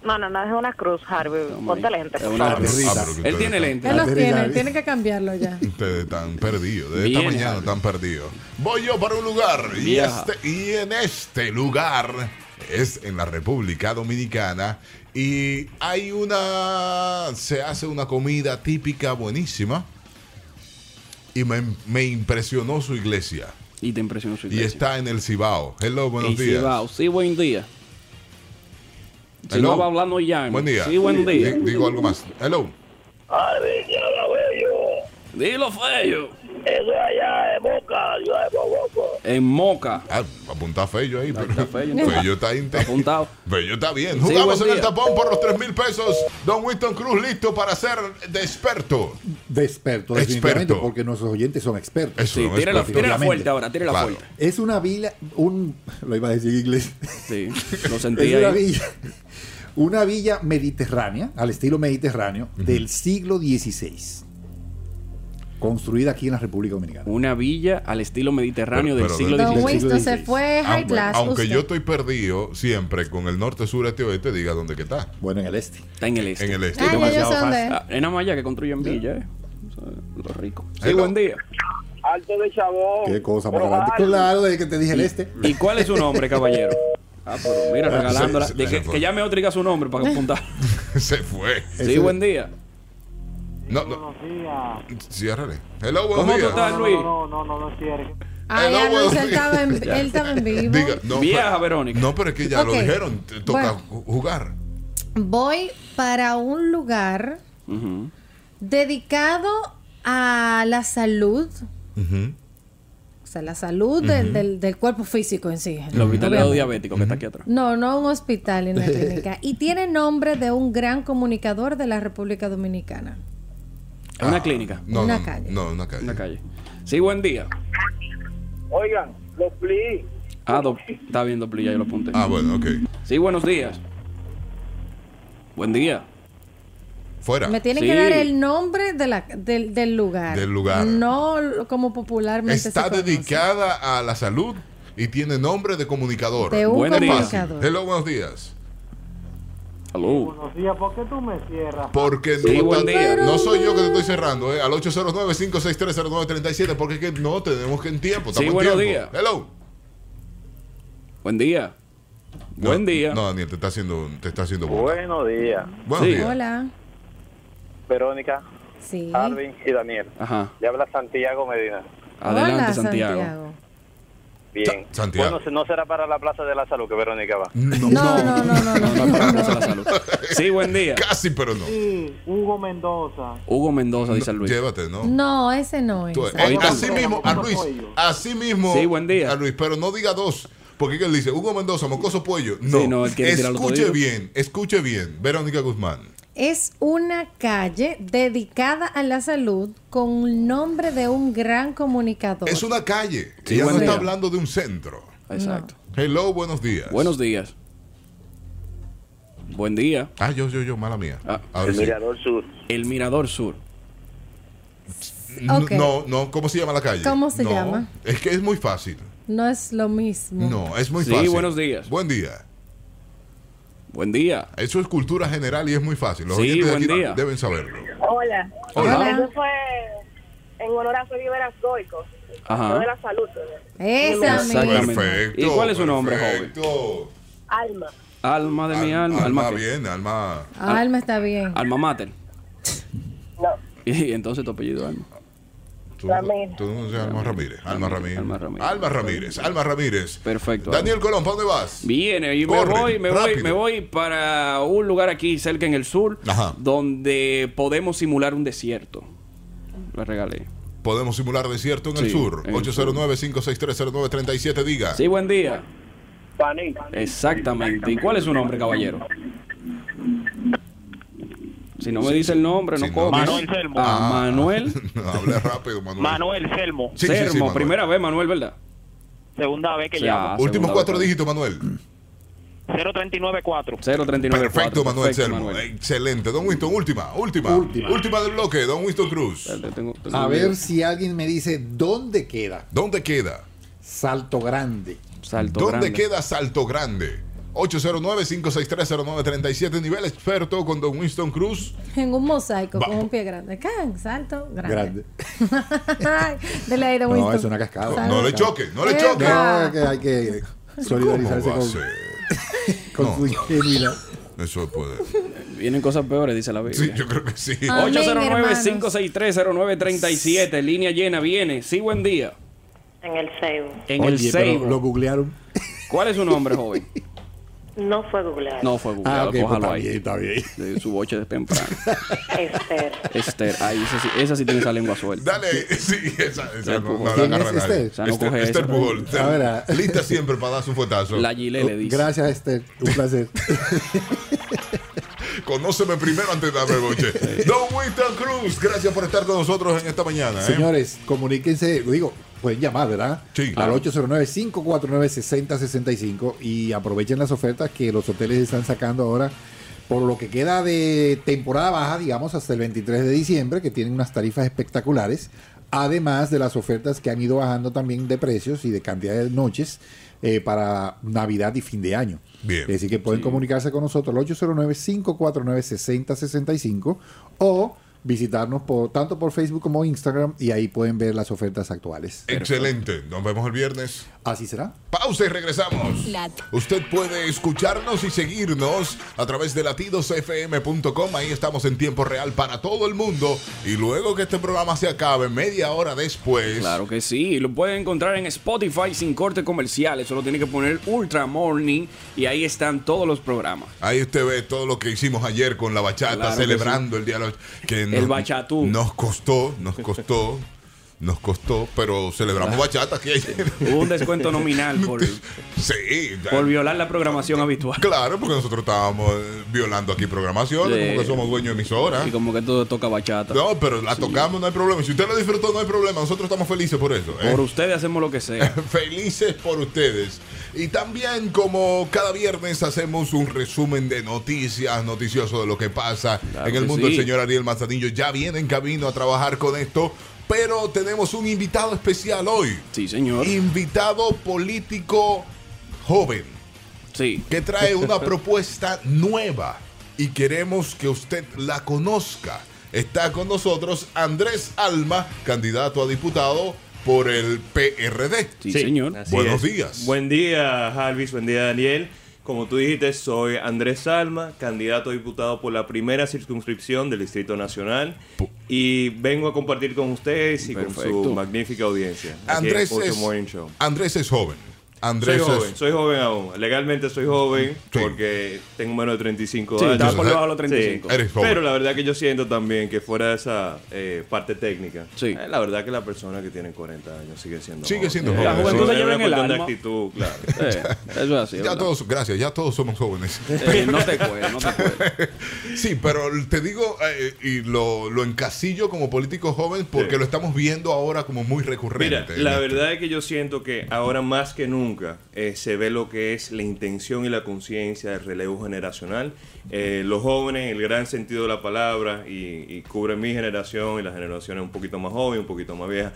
I: No, no, no, es una cruz, Harvey. Ponte lentes. por
E: Una
I: favor.
E: cruz.
C: Ah, pero que
E: Él
C: ustedes
E: tiene
C: están-
E: lentes.
D: Él los
J: Larry,
D: tiene,
J: Larry.
D: tiene que cambiarlo ya.
C: Ustedes están perdidos, de esta
E: Bien.
C: mañana están perdidos. Voy yo para un lugar y,
E: Viaja.
C: este- y en este lugar es en la República Dominicana y hay una, se hace una comida típica buenísima y me, me impresionó su iglesia.
E: Y te impresionó su
C: Y
E: iglesia.
C: está en el Cibao. Hello, buenos
E: Y si
C: días.
E: va, Sí, buen día. Si
C: Hello.
E: no va hablando ya.
C: Buen día.
E: Sí, buen
C: Di-
E: día.
C: Digo algo más. Hello.
G: Ay, ya la veo
E: Dilo feo.
G: yo. Eso es allá de boca, yo de bobo.
E: En Moca.
C: Ah, apunta Fello ahí. Pero,
E: está Fello.
C: Fello está ahí.
E: Apuntado.
C: Bello está bien.
E: Sí,
C: Jugamos
E: buen
C: en
E: día.
C: el tapón por los 3 mil pesos. Don Winston Cruz listo para ser desperto.
J: De experto, definitivamente,
C: Experto.
J: porque nuestros oyentes son expertos.
C: Eso
E: Sí,
C: no es
E: tírala,
C: perfecto.
E: tírala
J: obviamente.
E: fuerte ahora, tírala
C: Claro.
E: fuerte.
J: Es una vila, un, lo iba a decir en inglés,
E: Sí,
J: <laughs>
E: lo
J: es
E: sentí
J: una
E: ahí.
J: villa, una villa mediterránea, al estilo mediterráneo, del siglo XVI, construida aquí en la República Dominicana.
E: Una villa al estilo mediterráneo
C: Pero-
E: del
C: pero
E: siglo
C: de-
D: Don
E: XIX.
D: Winston se
J: XVI.
D: fue high
C: Aunque,
D: class.
C: Ah, aunque
D: usted.
C: yo estoy perdido siempre con el norte, sur, este, oeste, diga dónde que está. <laughs>
J: Bueno, en el este.
E: Está en el este.
C: En el este.
D: Ah, ya yo
J: demasiado
D: sé dónde es.
E: Ah, es nada más allá que construyen villa, eh. O sea, Los ricos. Sí,
C: Hello.
E: buen día.
G: Alto de chabón.
J: Qué cosa más grande. Claro, desde que te dije el este.
E: ¿Y cuál es su nombre,
C: <laughs>
E: caballero? Ah, pero mira, regalándola.
C: se-
E: De
C: se
E: que,
C: fue.
E: que llame otro y diga su nombre para
C: <laughs>
E: apuntar.
C: Se fue.
E: Sí,
J: Ese-
E: buen día.
C: No, no. Ciérrale. Hello,
E: ¿Cómo
C: buenos
E: tú
C: días.
E: estás, Luis?
G: no, no, no cierre.
D: Ay,
C: Hello,
D: Ah, ya no,
C: buenos
D: él estaba en,
E: días.
D: él estaba en vivo.
C: Diga, no,
E: Viaja,
C: pero-
E: Verónica.
C: No, pero es que ya
D: Ok.
C: lo dijeron. Te toca
D: Bueno.
C: ju- jugar.
D: Voy para un lugar
E: Ujú.
D: dedicado a la salud,
C: Ujú.
D: o sea, la salud del, del- del cuerpo físico en sí.
E: El hospital de los diabéticos que está aquí atrás.
D: No, no un hospital en la clínica. Y tiene nombre de un gran comunicador de la República Dominicana.
E: Es
C: Ah.
E: una clínica.
C: No,
D: Una
C: no,
D: calle.
C: No, una calle.
E: Una calle. Sí, buen día.
G: Oigan, los plis.
E: Ah, do- está bien, doble, ya yo lo apunté.
C: Ah, bueno, ok.
E: Sí, buenos días. Buen día.
C: Fuera.
D: Me tienen
E: Sí.
D: que dar el nombre de la, del, del lugar.
C: Del lugar.
D: No lo- como popularmente se
C: Está
D: conoce.
C: dedicada a la salud y tiene nombre de comunicador.
D: De un
E: Buen día.
D: comunicador.
C: Hello, buenos días.
E: Aló.
G: Buenos días, ¿por qué tú me cierras?
C: Porque
E: Sí,
C: no,
E: buen
C: tan-
E: día.
C: no soy yo que te estoy cerrando, eh, al 809-56309-37, porque es que no tenemos que en tiempo.
E: Sí,
C: Estamos en
E: buenos
C: tiempo.
E: días.
C: Hello.
E: Buen día.
C: No,
E: Buen día.
C: No, Daniel, te está haciendo. Te está haciendo bola.
G: Buenos días,
C: Buenos
E: Sí.
C: días.
D: Hola.
G: Verónica,
D: Sí.
G: Alvin y Daniel.
E: Ajá.
G: Le habla Santiago Medina.
E: Adelante,
D: Hola,
E: Santiago.
G: Bien.
C: Sa- Santiago.
G: Bueno, no será para la Plaza de la Salud que Verónica va.
D: No, no, no, no, no.
E: No, no, para la Plaza de la salud. Sí, buen día.
C: Casi, pero no.
G: Sí, Hugo Mendoza.
E: Hugo Mendoza, dice Luis.
C: Llévate, ¿no?
D: No, ese no es.
C: Tú- eh,
E: Ahorita-
C: así mismo, a Luis. Así mismo.
E: Sí, buen día.
C: A Luis, pero no diga dos. Porque él dice, Hugo Mendoza, Mocoso Puello. No,
E: Sí, no, él quiere tirar los
C: escuche
E: toditos.
C: bien, escuche bien. Verónica Guzmán.
D: Es una calle dedicada a la salud con el nombre de un gran comunicador.
C: Es una calle.
E: Sí,
C: Ella no
E: buen
C: está
E: día.
C: hablando de un centro.
E: Exacto.
C: Hello, buenos días.
E: Buenos días. Buen día.
C: Ah, yo, yo, yo, mala mía.
E: Ah.
C: Ahora sí.
G: Sur.
E: El Mirador Sur.
C: N-
D: Ok.
C: No, no, ¿cómo se llama la calle?
D: ¿Cómo se
C: No,
D: llama?
C: Es que es muy fácil.
D: No es lo mismo.
C: No, es muy
E: Sí,
C: fácil.
E: buenos días.
C: Buen día.
E: Buen día.
C: Eso es cultura general y es muy fácil. Los
E: Sí,
C: oyentes de
E: buen
C: aquí
E: día.
C: deben saberlo.
I: Hola.
E: Hola.
K: Ah.
I: Eso fue en honor a Felipe Goico.
E: Ajá.
I: No de la salud.
D: Esa
E: Exactamente.
D: misma.
C: Perfecto.
E: ¿Y cuál es su nombre,
C: perfecto.
I: Alma.
E: Alma de mi alma. Alma, qué?
C: Alma bien, alma.
D: Ah,
J: Ah.
D: Alma está bien.
E: Alma mater.
I: No.
E: Y entonces tu apellido Alma.
C: Tú,
I: Ramírez.
C: tú no conoces a Alma Ramírez. Alma Ramírez.
E: Alma Ramírez.
C: Alma Ramírez. Alma Ramírez.
E: Perfecto,
C: Daniel Colón, ¿para dónde vas?
E: Viene, y
C: Corre,
E: me voy, me voy,
C: rápido.
E: me voy para un lugar aquí cerca en el sur,
C: Ajá.
E: donde podemos simular un desierto. Le regalé.
C: Podemos simular desierto en el
E: Sí,
C: sur.
E: en el
C: 809-56309-37, diga.
E: Sí, buen día.
G: Panín.
E: Exactamente. ¿Y cuál es su nombre, caballero? Si no me dice el nombre, no
C: Si no-
E: cobro.
G: Manuel Selmo.
E: Ah,
C: <laughs>
E: Manuel
C: No, Habla rápido, Manuel.
G: Manuel Selmo.
C: Sí, sí, sí,
E: Sermo.
C: Manuel.
E: Primera vez, Manuel, ¿verdad?
G: Segunda vez que
E: Ya.
G: llamo.
C: Últimos
E: segunda
C: cuatro
E: vez.
C: dígitos, Manuel.
G: 0394.
E: 039.
C: Perfecto, Manuel
E: Perfecto,
C: Selmo. Excelente. Don Winston, última, última. Última,
J: Última.
C: del bloque, Don Winston Cruz.
E: Espérate, tengo- tengo
J: A
E: un
J: ver
E: video.
J: si alguien me dice dónde queda
C: ¿Dónde queda?
J: Salto Grande.
E: Salto
C: ¿Dónde
E: grande.
C: queda Salto Grande? 809-56309-37, nivel experto con Don Winston Cruz.
D: En un mosaico
C: Va.
D: con un pie grande. Can, salto,
J: Grande.
D: grande. <laughs> Dele aire,
J: No,
D: Winston.
J: es una cascada.
D: Salto.
C: No le choque, no le
D: Epa.
C: choque.
J: No, es Ah, que hay que solidarizarse
C: ¿Cómo va a
J: con,
C: ser?
J: con
C: No,
J: su
C: no.
J: ingenuidad.
C: Eso es poder.
E: Vienen cosas peores, dice la Biblia.
C: Sí, yo creo que sí.
D: Ah. Amén,
E: 809-563-0937. Línea llena viene. Sí, buen día.
I: En el Seibo.
E: En el
J: Oye, pero
E: Seibo.
J: lo googlearon.
E: ¿Cuál es su nombre, joven?
I: No fue googleado.
E: No fue
J: Ah,
E: googleado,
J: ok, pues
E: cójalo
J: está
E: ahí.
J: bien, está bien.
E: De su boche de temprano.
I: Esther.
E: Esther, ahí, esa sí, esa sí tiene esa lengua suelta.
C: Dale, <laughs> sí, esa, esa no, no la
J: ¿Quién es
C: agarra nadie.
J: Esther?
E: O sea, este, no
C: Esther,
E: coge
C: Esther
E: esa.
C: Pujol.
J: Ah, verá.
C: Lista siempre para dar su fuetazo.
E: La Gile le dice.
J: Gracias, Esther. Un
E: <laughs>
J: placer.
C: Conóceme primero antes de darme
E: <laughs>
C: el boche. Don Winston Cruz, gracias por estar con nosotros en esta mañana. ¿eh?
J: Señores, comuníquense, digo, pueden llamar, ¿verdad?
C: Sí.
J: Al 809-549-6065 y aprovechen las ofertas que los hoteles están sacando ahora por lo que queda de temporada baja, digamos, hasta el 23 de diciembre, que tienen unas tarifas espectaculares, además de las ofertas que han ido bajando también de precios y de cantidad de noches eh, para Navidad y fin de año.
C: Bien.
J: Es decir, que pueden comunicarse con nosotros al 809-549-6065 o visitarnos por, tanto por Facebook como Instagram y ahí pueden ver las ofertas actuales.
C: Excelente. Nos vemos el viernes.
J: Así será.
C: Pausa y regresamos. Usted puede escucharnos y seguirnos a través de latidosfm.com. Ahí estamos en tiempo real para todo el mundo. Y luego que este programa se acabe, media hora después.
E: Claro que sí, lo pueden encontrar en Spotify sin corte comercial, solo tiene que poner Ultra Morning y ahí están todos los programas.
C: Ahí usted ve todo lo que hicimos ayer con la bachata,
E: Claro que
C: celebrando el día de la bachata. que
E: El
C: nos-
E: bachatú.
C: Nos costó, nos costó, nos costó, pero celebramos bachata aquí ayer.
E: Hubo un
C: <laughs>
E: descuento nominal por,
C: sí, ya-
E: por violar la programación habitual.
C: claro, porque nosotros estábamos eh, violando aquí programación,
E: Sí.
C: como que somos dueños de emisora.
E: Y como que todo toca bachata.
C: Ah. No, pero la tocamos, no hay problema. Si usted lo disfrutó, no hay problema. Nosotros estamos felices por eso. ¿eh?
E: Por ustedes hacemos lo que
C: <laughs>
E: sea.
C: Felices por ustedes. Y también como cada viernes hacemos un resumen de noticias, noticioso de lo que pasa
E: Claro
C: en el
E: que
C: mundo.
E: sí.
C: El señor Ariel Mazadillo ya viene en camino a trabajar con esto, pero tenemos un invitado especial hoy.
E: Sí, señor.
C: Invitado político joven
E: Sí.
C: que trae una propuesta nueva y queremos que usted la conozca. Está con nosotros Andrés Alma, candidato a diputado por el PRD.
E: Sí, señor.
K: Así
C: Buenos
K: es.
C: días.
K: Buen día, Jarvis. Buen día, Daniel. Como tú dijiste, soy Andrés Salma, candidato a diputado por la primera circunscripción del Distrito Nacional. Y vengo a compartir con ustedes y con
E: Perfecto.
K: su magnífica audiencia. aquí en
C: Andrés
K: Ultra
C: es,
K: Morning Show.
C: Andrés es joven.
K: Soy
C: Andrés
K: joven,
C: es-
K: soy joven aún. Legalmente soy joven
C: Sí.
K: porque tengo menos de 35
E: Sí,
K: años.
E: estaba por debajo de los 35.
C: Eres joven.
K: Pero la verdad que yo siento también que fuera de esa eh, parte técnica,
E: Sí.
K: eh, la verdad que la persona que tiene 40 años sigue siendo
C: Sigue
K: joven.
C: siendo
K: Eh,
C: joven. La
E: juventud
K: eso
E: la lleva
K: es
E: en el
K: cuestión de
E: alma.
K: actitud, claro.
E: Eh, eso es así.
C: Ya
E: ¿verdad?
C: todos, gracias, ya todos somos jóvenes.
E: Eh, no te cueles, no te cueles.
C: Sí, pero te digo, eh, y lo, lo encasillo como político joven porque
K: Sí.
C: lo estamos viendo ahora como muy
K: Mira,
C: recurrente.
K: la verdad es que yo siento que ahora más que nunca eh, se ve lo que es la intención y la conciencia del relevo generacional. Eh, los jóvenes, el gran sentido de la palabra, y, y cubre mi generación y las generaciones un poquito más jóvenes, un poquito más viejas,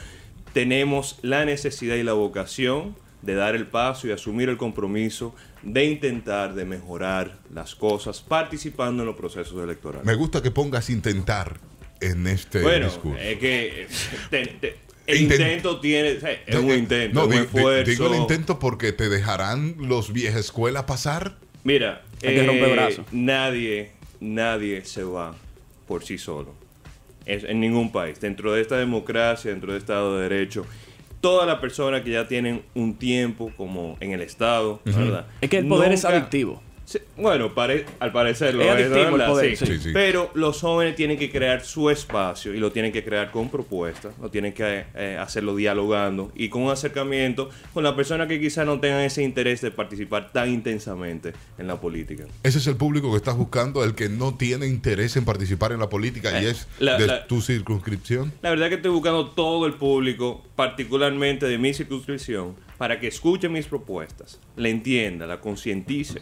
K: tenemos la necesidad y la vocación de dar el paso y asumir el compromiso de intentar de mejorar las cosas participando en los procesos electorales.
C: Me gusta que pongas intentar en este
K: Bueno,
C: discurso. E
K: es que eh, te- te- el
C: Intent-
K: intento tiene, o sea, es un
C: Eh,
K: intento,
C: no,
K: es un
C: di- di-
K: esfuerzo.
C: Digo el intento porque te dejarán los vieja escuela pasar.
K: Mira,
E: Hay que romper
K: eh,
E: brazos.
K: nadie, nadie se va por sí solo. Es- en ningún país. Dentro de esta democracia, dentro del Estado de Derecho, todas las personas que ya tienen un tiempo como en el Estado, ¿verdad?
E: Es que el poder es
K: Nunca-
E: adictivo.
K: Sí, bueno, pare- al parecer lo
E: Es
K: es,
E: adictivo el
K: ¿verdad?
E: poder,
K: Sí.
E: sí.
C: Sí, sí.
K: Pero los jóvenes tienen que crear su espacio y lo tienen que crear con propuestas, lo tienen que eh, hacerlo dialogando y con un acercamiento con las personas que quizás no tengan ese interés de participar tan intensamente en la política.
C: Ese es el público que estás buscando, el que no tiene interés en participar en la política y
K: Eh,
C: es
K: la-
C: de
K: la-
C: tu circunscripción.
K: La verdad que estoy buscando todo el público, particularmente de mi circunscripción, para que escuche mis propuestas, la entienda, la concientice.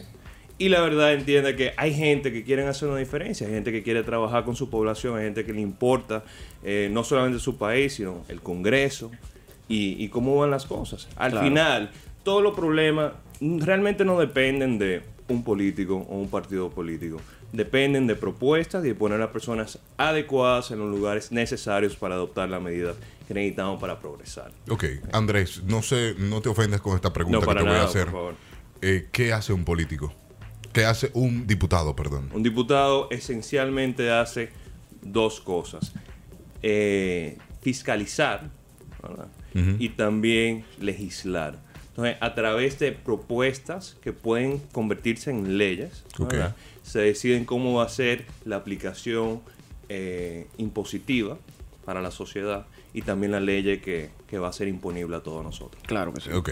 K: Y la verdad entienda que hay gente que quiere hacer una diferencia, hay gente que quiere trabajar con su población, hay gente que le importa eh, no solamente su país, sino el Congreso y, y cómo van las cosas. Al
E: Claro.
K: final, todos los problemas mm, realmente no dependen de un político o un partido político. Dependen de propuestas y de poner a las personas adecuadas en los lugares necesarios para adoptar las medidas que necesitamos para progresar.
C: Ok, Andrés, no sé, no te ofendas con esta pregunta
K: No, para
C: que te voy
K: nada,
C: a hacer.
K: por favor.
C: Eh, ¿Qué hace un político? ¿Qué hace un diputado, perdón?
K: Un diputado esencialmente hace dos cosas. Eh, fiscalizar ¿verdad?
L: Ujú.
K: y también legislar. Entonces, a través de propuestas que pueden convertirse en leyes,
L: Ok.
C: Ah.
K: ¿verdad? se deciden cómo va a ser la aplicación eh, impositiva para la sociedad y también la ley que, que va a ser imponible a todos nosotros.
E: Claro que sí.
C: Ok,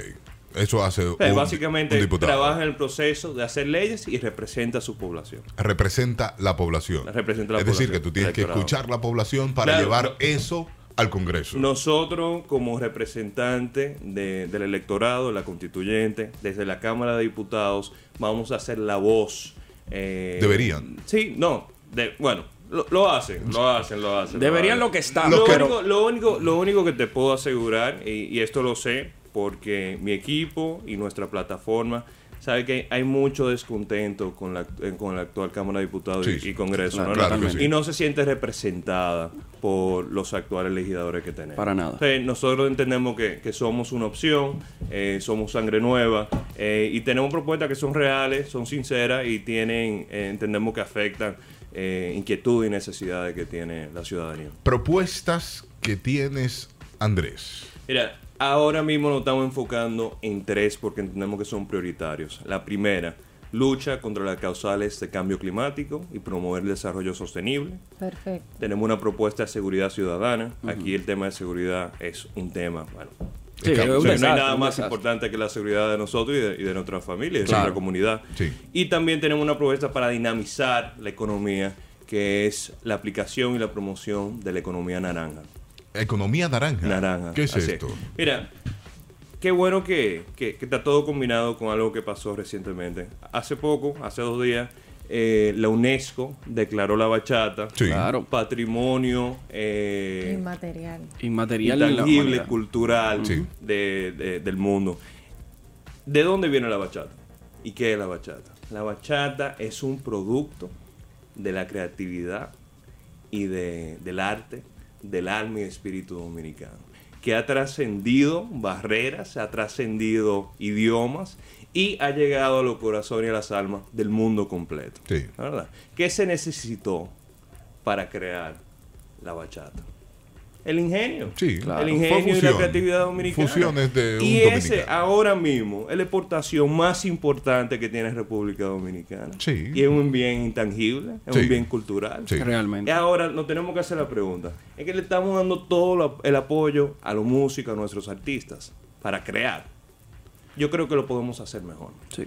C: eso hace
K: O sea,
C: un-
K: Eh,
C: un
K: básicamente
C: diputado.
K: trabaja en el proceso de hacer leyes y representa a su población.
C: Representa la población.
K: Representa la
C: es decir,
K: población,
C: que tú tienes que
K: electorado.
C: escuchar la población para
K: Claro,
C: llevar
K: no.
C: eso al Congreso.
K: Nosotros, como representantes de- del electorado, de la constituyente, desde la Cámara de Diputados, vamos a hacer la voz. eh,
C: Deberían.
K: Sí, no. de- bueno, lo, lo hacen, lo hacen, lo hacen.
E: Deberían
K: hacen.
E: lo que están,
K: Lo,
E: pero-
K: único, lo, único, lo único que te puedo asegurar, y, y esto lo sé, porque mi equipo y nuestra plataforma sabe que hay mucho descontento con la, eh, con la actual Cámara de Diputados
C: Sí,
K: y-
C: sí.
K: y Congreso.
C: Claro,
K: ¿no?
C: claro que sí.
K: Y no se siente representada por los actuales legisladores que tenemos.
E: Para nada.
K: Entonces, nosotros entendemos que, que somos una opción, eh, somos sangre nueva eh, y tenemos propuestas que son reales, son sinceras y tienen, eh, entendemos que afectan eh, inquietud y necesidades que tiene la ciudadanía.
C: Propuestas que tienes, Andrés.
K: Mira, ahora mismo nos estamos enfocando en tres porque entendemos que son prioritarios. La primera, lucha contra las causales de cambio climático y promover el desarrollo sostenible.
D: Perfecto.
K: Tenemos una propuesta de seguridad ciudadana. Aquí el tema de seguridad es un tema, bueno.
E: Sí,
K: es que-
E: es un
K: o sea, no
E: desastre,
K: hay nada
E: un
K: más
E: desastre.
K: importante que la seguridad de nosotros y de, y de nuestra familia y de
E: Claro.
K: nuestra comunidad. Y también tenemos una propuesta para dinamizar la economía, que es la aplicación y la promoción de la economía naranja.
C: Economía naranja.
K: Naranja.
C: ¿Qué es
K: así
C: esto?
K: Mira, qué bueno que, Eh, que- que está todo combinado con algo que pasó recientemente. Hace poco, hace dos días, eh, la UNESCO declaró la bachata
E: Claro.
K: patrimonio eh,
D: Inmaterial.
E: Inmaterial de la
K: intangible,
E: humanidad.
K: cultural
E: Sí.
K: de- de- del mundo. ¿De dónde viene la bachata? ¿Y qué es la bachata? La bachata es un producto de la creatividad y de- del arte, del alma y espíritu dominicano, que ha trascendido barreras, ha trascendido idiomas y ha llegado a los corazones y a las almas del mundo completo. La ¿Verdad? ¿Qué se necesitó para crear la bachata? El ingenio.
C: Sí, claro.
K: El
C: Fue
K: ingenio y
C: fusión.
K: la creatividad dominicana.
C: Fusiones de un
K: y ese
C: dominicano.
K: ahora mismo es la exportación más importante que tiene República Dominicana. Y es un bien intangible, es
E: Sí.
K: un bien cultural.
E: Sí. Realmente.
K: Y ahora nos tenemos que hacer la pregunta. Es que le estamos dando todo lo- el apoyo a los músicos, a nuestros artistas, para crear. Yo creo que lo podemos hacer mejor.
C: Mm.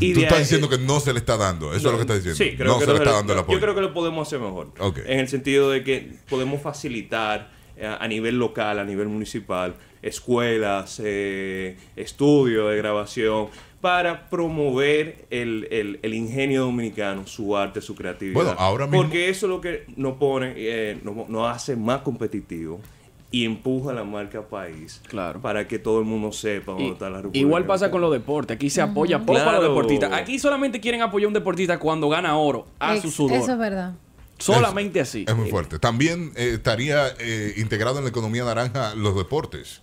K: Y
C: Tú
K: de
C: estás
K: ahí-
C: diciendo que no se le está dando. Eso es lo que estás diciendo.
K: Sí, creo
C: no
K: que
C: se le
K: lo-
C: está dando el
K: yo-
C: apoyo.
K: Yo creo que lo podemos hacer mejor.
C: Ok.
K: En el sentido de que podemos facilitar eh, a nivel local, a nivel municipal, escuelas, eh, estudios de grabación, para promover el, el- el ingenio dominicano, su arte, su creatividad.
C: Bueno, ahora mismo-
K: Porque eso es lo que nos pone, eh, nos, nos hace más competitivos y empuja a la marca país para que todo el mundo sepa dónde
E: Y-
K: está la República.
E: Igual pasa con los deportes. Aquí se apoya poco a
K: Claro.
E: los deportistas. Aquí solamente quieren apoyar a un deportista cuando gana oro
J: Ah,
E: a su
D: Ex-
E: sudor.
D: Eso es verdad.
E: Solamente así.
C: Es muy fuerte. También eh, estaría eh, integrado en la economía naranja los deportes.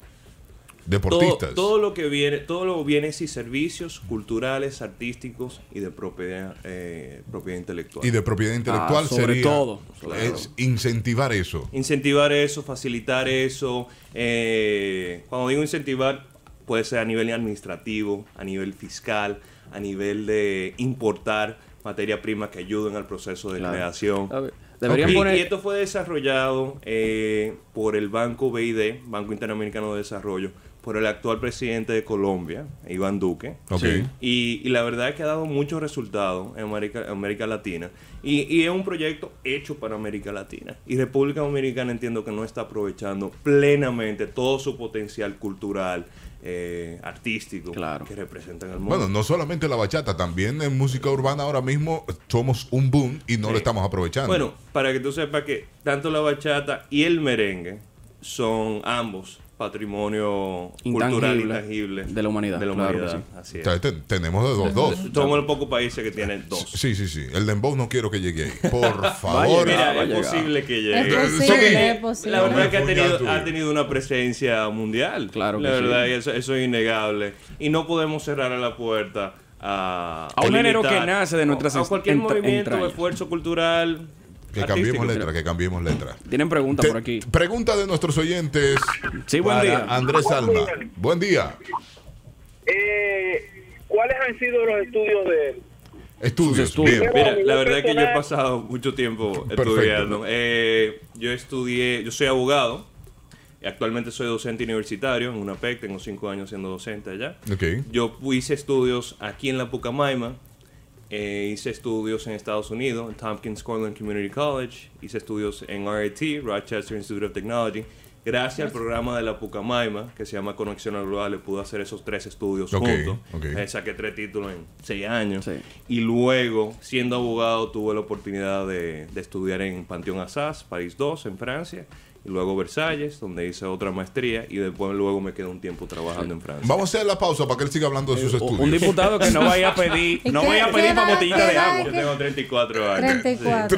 C: Deportistas.
K: Todo, todo lo que viene, todos los bienes y servicios culturales, artísticos y de propiedad, eh, propiedad intelectual.
C: y de propiedad intelectual
K: Ah, sobre
C: sería
K: todo.
C: es incentivar eso.
K: Incentivar eso, facilitar eso. eh, cuando digo incentivar, puede ser a nivel administrativo, a nivel fiscal, a nivel de importar materia prima que ayuden al proceso de
E: pues, Claro.
K: creación.
E: A ver, deberían
K: Y- y
E: poner-
K: esto fue desarrollado eh, por el Banco BID, Banco Interamericano de Desarrollo, por el actual presidente de Colombia, Iván Duque.
C: Ok.
K: Sí. Y, y la verdad es que ha dado muchos resultados en América, en América Latina. Y, y es un proyecto hecho para América Latina. Y República Dominicana entiendo que no está aprovechando plenamente todo su potencial cultural, eh, artístico que representan al mundo.
C: Bueno, no solamente la bachata, también en música urbana ahora mismo somos un boom y no lo
K: Sí.
C: estamos aprovechando.
K: Bueno, para que tú sepas que tanto la bachata y el merengue son ambos patrimonio
E: Intangible
K: cultural intangible
E: de la humanidad,
K: De la
E: claro que
K: humanidad.
E: sí.
K: Así es.
C: O sea, te- tenemos de los dos.
K: Somos los pocos países que tienen dos.
C: Sí, sí, sí. El dembow no quiero que llegue
K: <laughs>
C: ahí. Por favor.
K: Mira, es posible que llegue.
C: Es
D: posible,
K: Sí.
D: es posible.
K: La verdad es que ha
D: Mundial
K: tenido,
D: tuyo.
K: ha tenido una presencia mundial. Claro
E: que
K: La
E: sí.
K: verdad, eso, eso es innegable. Y no podemos cerrar la puerta a,
E: A un
K: o
E: género
K: limitar
E: que nace de nuestras
K: A cualquier
E: entra-
K: movimiento,
E: entrañas.
K: esfuerzo cultural.
C: Que
K: artístico.
C: cambiemos letra, que cambiemos letra.
E: Tienen preguntas
C: Te-
E: por aquí.
C: Pregunta de nuestros oyentes.
E: Sí, buen
C: para
E: día.
C: Andrés
E: Buen
C: Alma.
E: día.
C: Buen día.
L: Eh, ¿Cuáles han sido los estudios de él?
C: Estudios. bien.
K: Mira, la verdad es que yo he pasado mucho tiempo estudiando. Eh, yo estudié, yo soy abogado. Actualmente soy docente universitario en UNAPEC. Tengo cinco años siendo docente allá.
C: Ok.
K: Yo hice estudios aquí en la Pucamaima. eh, hice estudios en Estados Unidos, en Tompkins Cortland Community College. Hice estudios en RIT, Rochester Institute of Technology. Gracias al programa de la Pucamaima, que se llama Conexión Global, pude hacer esos tres estudios
C: Ok,
K: juntos.
C: ok.
K: Eh, saqué tres títulos en seis años. Y luego, siendo abogado, tuve la oportunidad de, de estudiar en Panteón Assas, París II, en Francia. Y luego Versalles, donde hice otra maestría. Y después luego me quedé un tiempo trabajando en Francia.
C: Vamos a hacer la pausa para que él siga hablando de sus
E: Eh,
C: estudios.
K: un diputado que no vaya a pedir-
E: no ¿Y qué- vaya a pedir qué pa' edad- botellita qué de edad agua.
K: Yo tengo 34 años.
D: 34,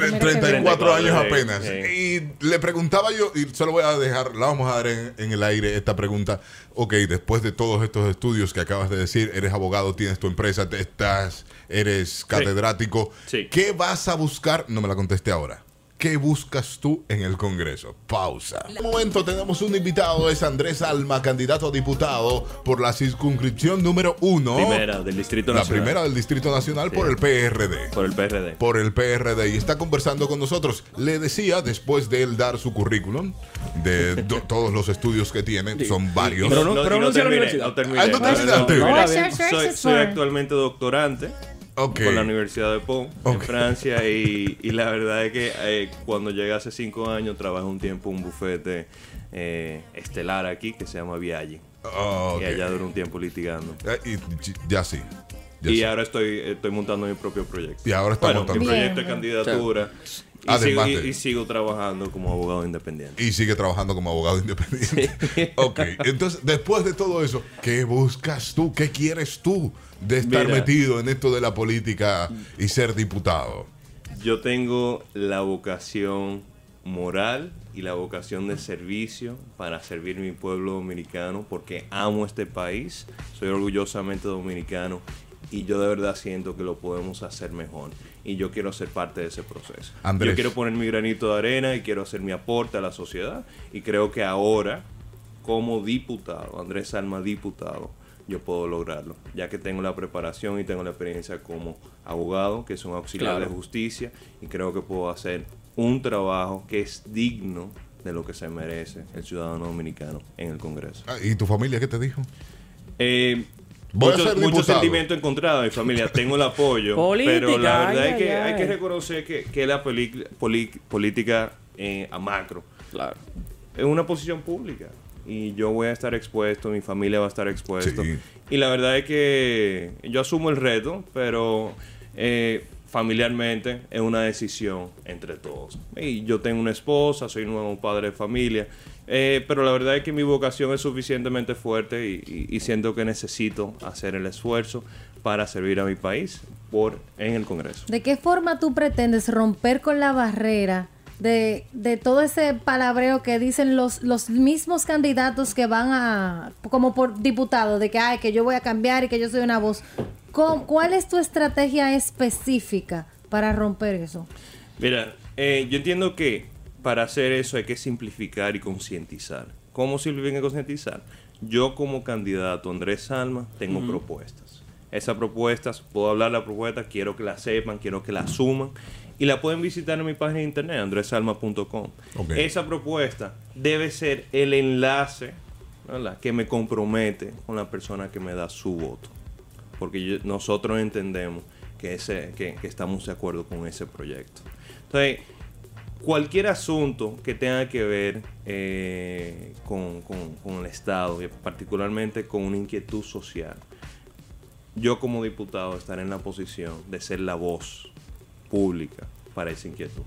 K: Sí.
D: mira
C: qué 34 años
K: sí,
C: apenas.
K: sí.
C: Y le preguntaba yo, y se lo voy a dejar, la vamos a dar en, en el aire esta pregunta. Ok, después de todos estos estudios que acabas de decir, eres abogado, tienes tu empresa, te estás, eres catedrático. ¿Qué vas a buscar? No me la contesté ahora. ¿Qué buscas tú en el Congreso? Pausa. En un momento tenemos un invitado, es Andrés Alma, candidato a diputado por la circunscripción número uno.
K: Primera del Distrito
C: La
K: Nacional.
C: primera del Distrito Nacional por el PRD.
K: Por el PRD.
C: Por el PRD. Y está conversando con nosotros. Le decía, después de él dar su currículum,
K: <laughs>
C: de do- todos los estudios que tiene, son varios.
K: Pero no- No, pero no no anuncia la terminé, universidad. no terminé.
C: Ah, no
K: No, no,
C: terminaste.
K: no, no,
C: Ah,
K: no,
C: bien.
K: Soy, soy actualmente doctorante por la Universidad de Pau en Francia y, y la verdad es que eh, cuando llegué hace cinco años trabajé un tiempo en un bufete eh, estelar aquí que se llama Viaggi.
C: ok.
K: Y
C: Eh,
K: allá duré un tiempo litigando.
C: Y, ya sí. ya
K: y
C: sí.
K: ahora estoy, estoy montando mi propio proyecto.
C: Y ahora está
K: bueno,
C: montando.
K: mi proyecto de
C: Bien.
K: candidatura. Y
C: Además
K: sigo,
C: Ah, de-
K: y- y sigo trabajando como abogado independiente.
C: Y sigue trabajando
K: <laughs>
C: como abogado independiente. ok. Entonces, después de todo eso, ¿qué buscas tú? ¿Qué quieres tú de estar
K: Mira.
C: metido en esto de la política y ser diputado?
K: Yo tengo la vocación moral y la vocación de servicio para servir a mi pueblo dominicano porque amo este país, soy orgullosamente dominicano y yo de verdad siento que lo podemos hacer mejor y yo quiero ser parte de ese proceso.
C: Andrés.
K: Yo quiero poner mi granito de arena y quiero hacer mi aporte a la sociedad y creo que ahora como diputado, Andrés Alma diputado, yo puedo lograrlo, ya que tengo la preparación y tengo la experiencia como abogado, que es un auxiliar
E: Claro.
K: de justicia, y creo que puedo hacer un trabajo que es digno de lo que se merece el ciudadano dominicano en el Congreso.
C: Ah, ¿Y tu familia qué te dijo?
K: Eh,
C: Voy a
K: mucho-
C: ser
K: mucho
C: diputado.
K: sentimiento encontrado mi familia, tengo el apoyo, pero la
E: Política,
K: verdad
E: ay,
K: es que
E: ay,
K: hay
E: ay.
K: que reconocer que, que la peli- poli- política eh, a macro es una posición pública y yo voy a estar expuesto, mi familia va a estar expuesto. Y la verdad es que yo asumo el reto, pero eh, familiarmente es una decisión entre todos. Y yo tengo una esposa, soy nuevo padre de familia, eh, pero la verdad es que mi vocación es suficientemente fuerte y, y- y siento que necesito hacer el esfuerzo para servir a mi país por en el Congreso.
D: ¿De qué forma tú pretendes romper con la barrera de, de todo ese palabreo que dicen los, los mismos candidatos que van a, como por diputado, de que, ay, que yo voy a cambiar y que yo soy una voz? ¿Cómo- ¿Cuál es tu estrategia específica para romper eso?
K: Mira, eh, yo entiendo que para hacer eso hay que simplificar y concientizar. ¿Cómo simplificar y concientizar? Yo como candidato Andrés Salma tengo
E: Ujú.
K: propuestas. Esas propuestas, puedo hablar las propuestas, quiero que las sepan, quiero que las suman. Y la pueden visitar en mi página de internet, andresalma.com.
C: Ok.
K: Esa propuesta debe ser el enlace ¿verdad? que me compromete con la persona que me da su voto porque yo- nosotros entendemos que, ese, que, que estamos de acuerdo con ese proyecto. Entonces, cualquier asunto que tenga que ver eh, con, con- con el Estado, y particularmente con una inquietud social, yo como diputado estaré en la posición de ser la voz pública para esa inquietud.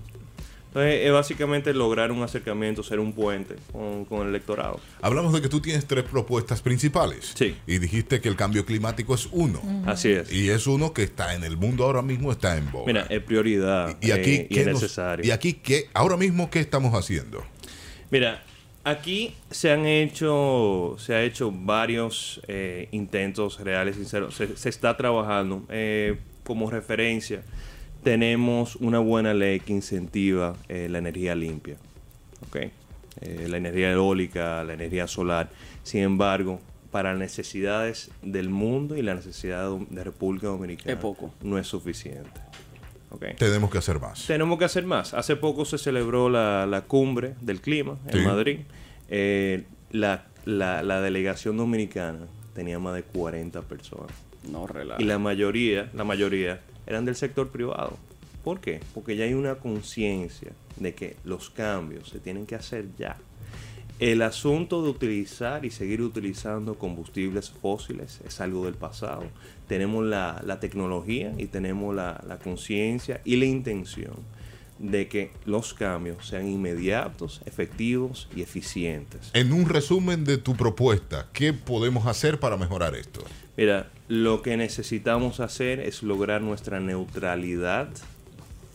K: Entonces, es básicamente lograr un acercamiento, ser un puente con, con el electorado.
C: Hablamos de que tú tienes tres propuestas principales. Sí. Y dijiste que el cambio climático es uno.
K: Ujú. Así es.
C: Y es uno que está en el mundo ahora mismo, está en boga.
K: Mira, es prioridad
C: y aquí,
K: eh, y
C: ¿qué
K: es
C: nos-
K: necesario.
C: y aquí ¿qué, ahora mismo, ¿qué estamos haciendo?
K: Mira, aquí se han hecho, se ha hecho varios eh, intentos reales, sinceros. Se, se está trabajando. Eh, como referencia, tenemos una buena ley que incentiva eh, la energía limpia. ¿ok? Eh, la energía eólica, la energía solar. Sin embargo, para las necesidades del mundo y la necesidad de- de República Dominicana,
E: Es poco.
K: no es suficiente. ¿ok?
C: Tenemos que hacer más.
K: Tenemos que hacer más. Hace poco se celebró la, la cumbre del clima en
C: Sí.
K: Madrid. Eh, la, la- la delegación dominicana tenía más de 40 personas.
E: No relaja.
K: Y la mayoría, la mayoría eran del sector privado. ¿Por qué? Porque ya hay una conciencia de que los cambios se tienen que hacer ya. El asunto de utilizar y seguir utilizando combustibles fósiles es algo del pasado. Tenemos la, la tecnología y tenemos la, la conciencia y la intención de que los cambios sean inmediatos, efectivos y eficientes.
C: En un resumen de tu propuesta, ¿qué podemos hacer para mejorar esto?
K: Mira, lo que necesitamos hacer es lograr nuestra neutralidad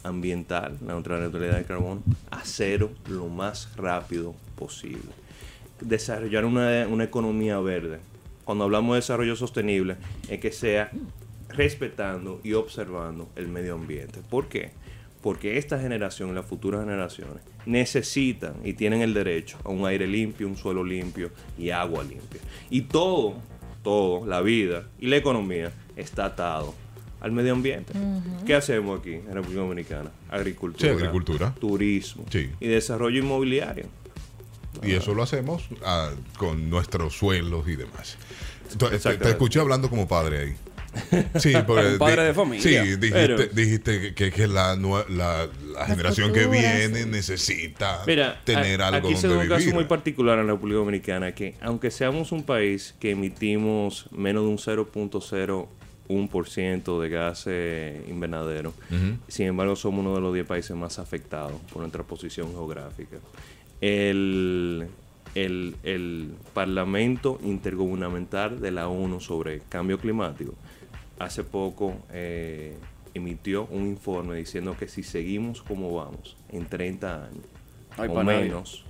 K: ambiental, la neutra- neutralidad de carbón, a cero lo más rápido posible. Desarrollar una, una economía verde. Cuando hablamos de desarrollo sostenible, es que sea respetando y observando el medio ambiente. ¿Por qué? Porque esta generación y las futuras generaciones necesitan y tienen el derecho a un aire limpio, un suelo limpio y agua limpia. Y todo, todo, la vida y la economía está atado al medio ambiente.
C: Ujú.
K: ¿Qué hacemos aquí en República Dominicana? Agricultura,
C: Sí, agricultura.
K: turismo y desarrollo inmobiliario.
C: Y eso lo hacemos ah, con nuestros suelos y demás. Entonces, te, te
K: Exactamente.
C: escuché hablando como padre ahí.
K: <laughs>
C: Sí, porque
E: Un padre
C: di-
E: de familia.
C: Sí, dijiste,
E: Pero-
C: dijiste que, que la, nue- la, la generación que
K: futuras.
C: viene necesita
K: Mira,
C: tener
K: a-
C: algo
K: aquí se da
C: donde
K: un caso
C: vivir.
K: muy particular en la República Dominicana que aunque seamos un país que emitimos menos de un 0.01% de gases invernadero,
M: Ujú.
K: sin embargo somos uno de los 10 países más afectados por nuestra posición geográfica. El, el, el Parlamento Intergubernamental de la ONU sobre Cambio Climático hace poco eh, emitió un informe diciendo que si seguimos como vamos en 30 años
E: Ay,
K: o
E: pa' nadie.
K: menos,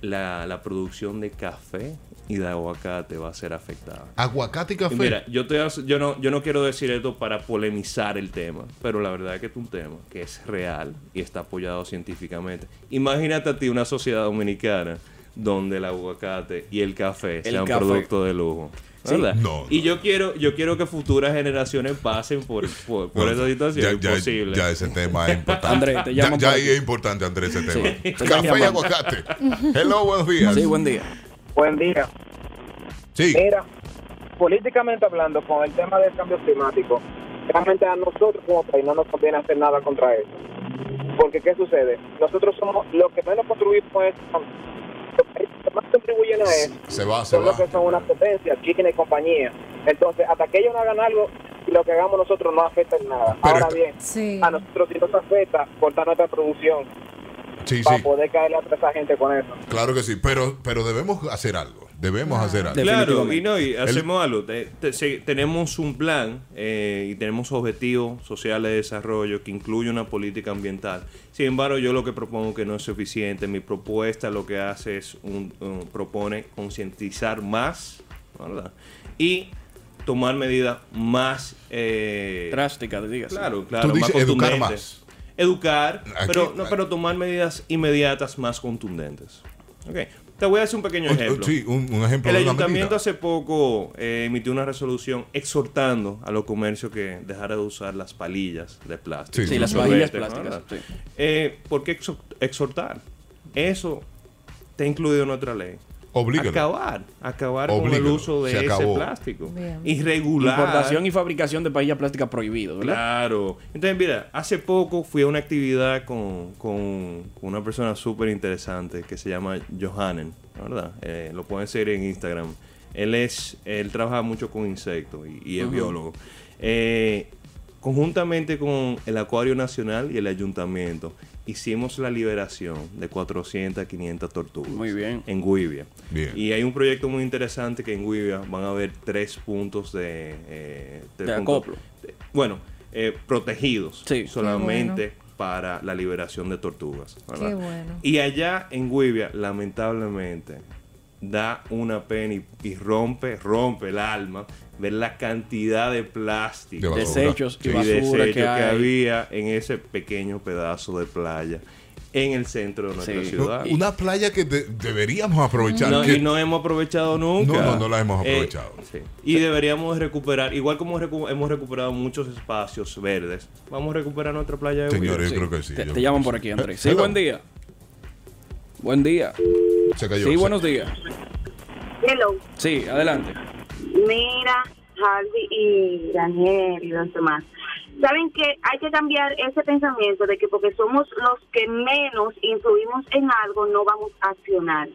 K: la, la producción de café y de aguacate va a ser afectada.
C: Aguacate y café.
K: Y Mira, yo, te, as- yo, no, yo no quiero decir esto para polemizar el tema, pero la verdad es que es un tema que es real y está apoyado científicamente. Imagínate a ti una sociedad dominicana donde el aguacate y el café
E: El
K: sean
E: café.
K: producto de lujo.
E: Sí. <laughs>
K: ¿Verdad?
E: No,
K: y yo quiero yo quiero que futuras generaciones pasen por, por, por
C: No,
K: esa situación.
C: ya- ya-
K: Imposible.
C: ya ese tema es
K: <laughs>
C: importante. Andrés, te Ya- llaman ya por ahí ti. es importante, Andrés, ese tema.
K: Pues
C: Café y aguacate. Hello, buenos días.
E: Sí, buen día.
L: Buen día.
C: Sí.
G: Eh,
L: Mira, políticamente hablando, con el tema del cambio climático, realmente a nosotros como país no nos conviene hacer nada contra eso. Porque, ¿qué sucede? Nosotros somos los que menos contribuimos a esto. Los países que más contribuyen a eso
C: Se va, se
L: son
C: va.
L: los que son una potencia, China y compañía. Entonces, hasta que ellos no hagan algo, lo que hagamos nosotros no afecta en nada. Ahora bien,
J: Ah,
L: a nosotros si nos afecta, cortar nuestra producción
C: Sí,
L: para
C: sí.
L: poder caerle a toda esa gente con eso.
C: Claro que sí, pero, pero debemos hacer algo. Debemos hacer algo.
K: Claro, y no, y Ah, hacemos algo. Te- te- se- tenemos un plan eh, y tenemos objetivos sociales de desarrollo que incluye una política ambiental. Sin embargo, yo lo que propongo que no es suficiente. Mi propuesta lo que hace es un, un- propone concientizar más, ¿verdad? Y tomar medidas más eh,
E: Drásticas, digas.
K: Claro, claro,
E: Tú dices educar
K: contundentes. Educar,
E: Aquí-
K: pero, no, pero tomar medidas inmediatas más contundentes. Ok, Te voy a hacer un pequeño
C: Un-
K: ejemplo.
C: sí, un- un ejemplo
K: El
C: de una
K: ayuntamiento hace poco eh, emitió una resolución exhortando a los comercios que dejara de usar las palillas de plástico.
E: Sí, Sí, las
K: Los
E: palillas
K: sorbetes,
E: plásticas,
K: ¿verdad? Eh, ¿Por qué exo- exhortar? Eso está incluido en nuestra ley.
C: Oblígalo.
K: Acabar, acabar con el
E: Oblígalo.
K: uso de
E: Se
K: ese
E: acabó.
K: plástico.
E: Bien.
K: Irregular.
E: Importación y fabricación de paella plástica prohibido, ¿verdad?
K: Claro. Entonces, mira, hace poco fui a una actividad con, con- con una persona súper interesante que se llama Johannen, la ¿verdad? Eh, lo pueden seguir en Instagram. Él es, él trabaja mucho con insectos y, y es
E: Ujú.
K: biólogo. Eh, conjuntamente con el Acuario Nacional y el Ayuntamiento, hicimos la liberación de 400 a 500 tortugas.
E: Muy bien.
K: En Guivia.
C: Bien.
K: Y hay un proyecto muy interesante que en Guivia van a haber tres puntos de... eh, tres
E: De
K: puntos-
E: acoplo.
K: de- bueno, eh, protegidos
E: Qué
K: solamente para la liberación de tortugas. ¿verdad?
D: Qué bueno.
K: Y allá en Guivia, lamentablemente, da una pena y, y rompe, rompe el alma ver la cantidad de plástico,
E: De basura. Desechos
K: Sí.
E: y basura
K: desechos
E: que
K: que,
E: hay.
K: había en ese pequeño pedazo de playa en el centro de nuestra ciudad.
C: Una playa que de- deberíamos aprovechar.
K: No,
C: que-
K: y no hemos aprovechado nunca.
C: No, no, no la hemos
K: Eh,
C: aprovechado.
K: sí. Y deberíamos recuperar, igual como recu- hemos recuperado muchos espacios verdes, vamos a recuperar nuestra playa de
C: Señores,
K: Guivia.
C: yo creo que sí.
E: Te,
C: yo
E: te
C: creo
E: llaman
C: que
E: por
C: sí.
E: aquí, Andrés.
C: Eh,
E: Sí, buen
C: hello.
E: día. Buen día.
C: Se cayó.
E: Sí,
C: se-
E: buenos días.
M: Hello.
E: Sí, adelante.
M: Mira, Harvey y Daniel y los demás. Saben que hay que cambiar ese pensamiento de que porque somos los que menos influimos en algo, no vamos a accionar.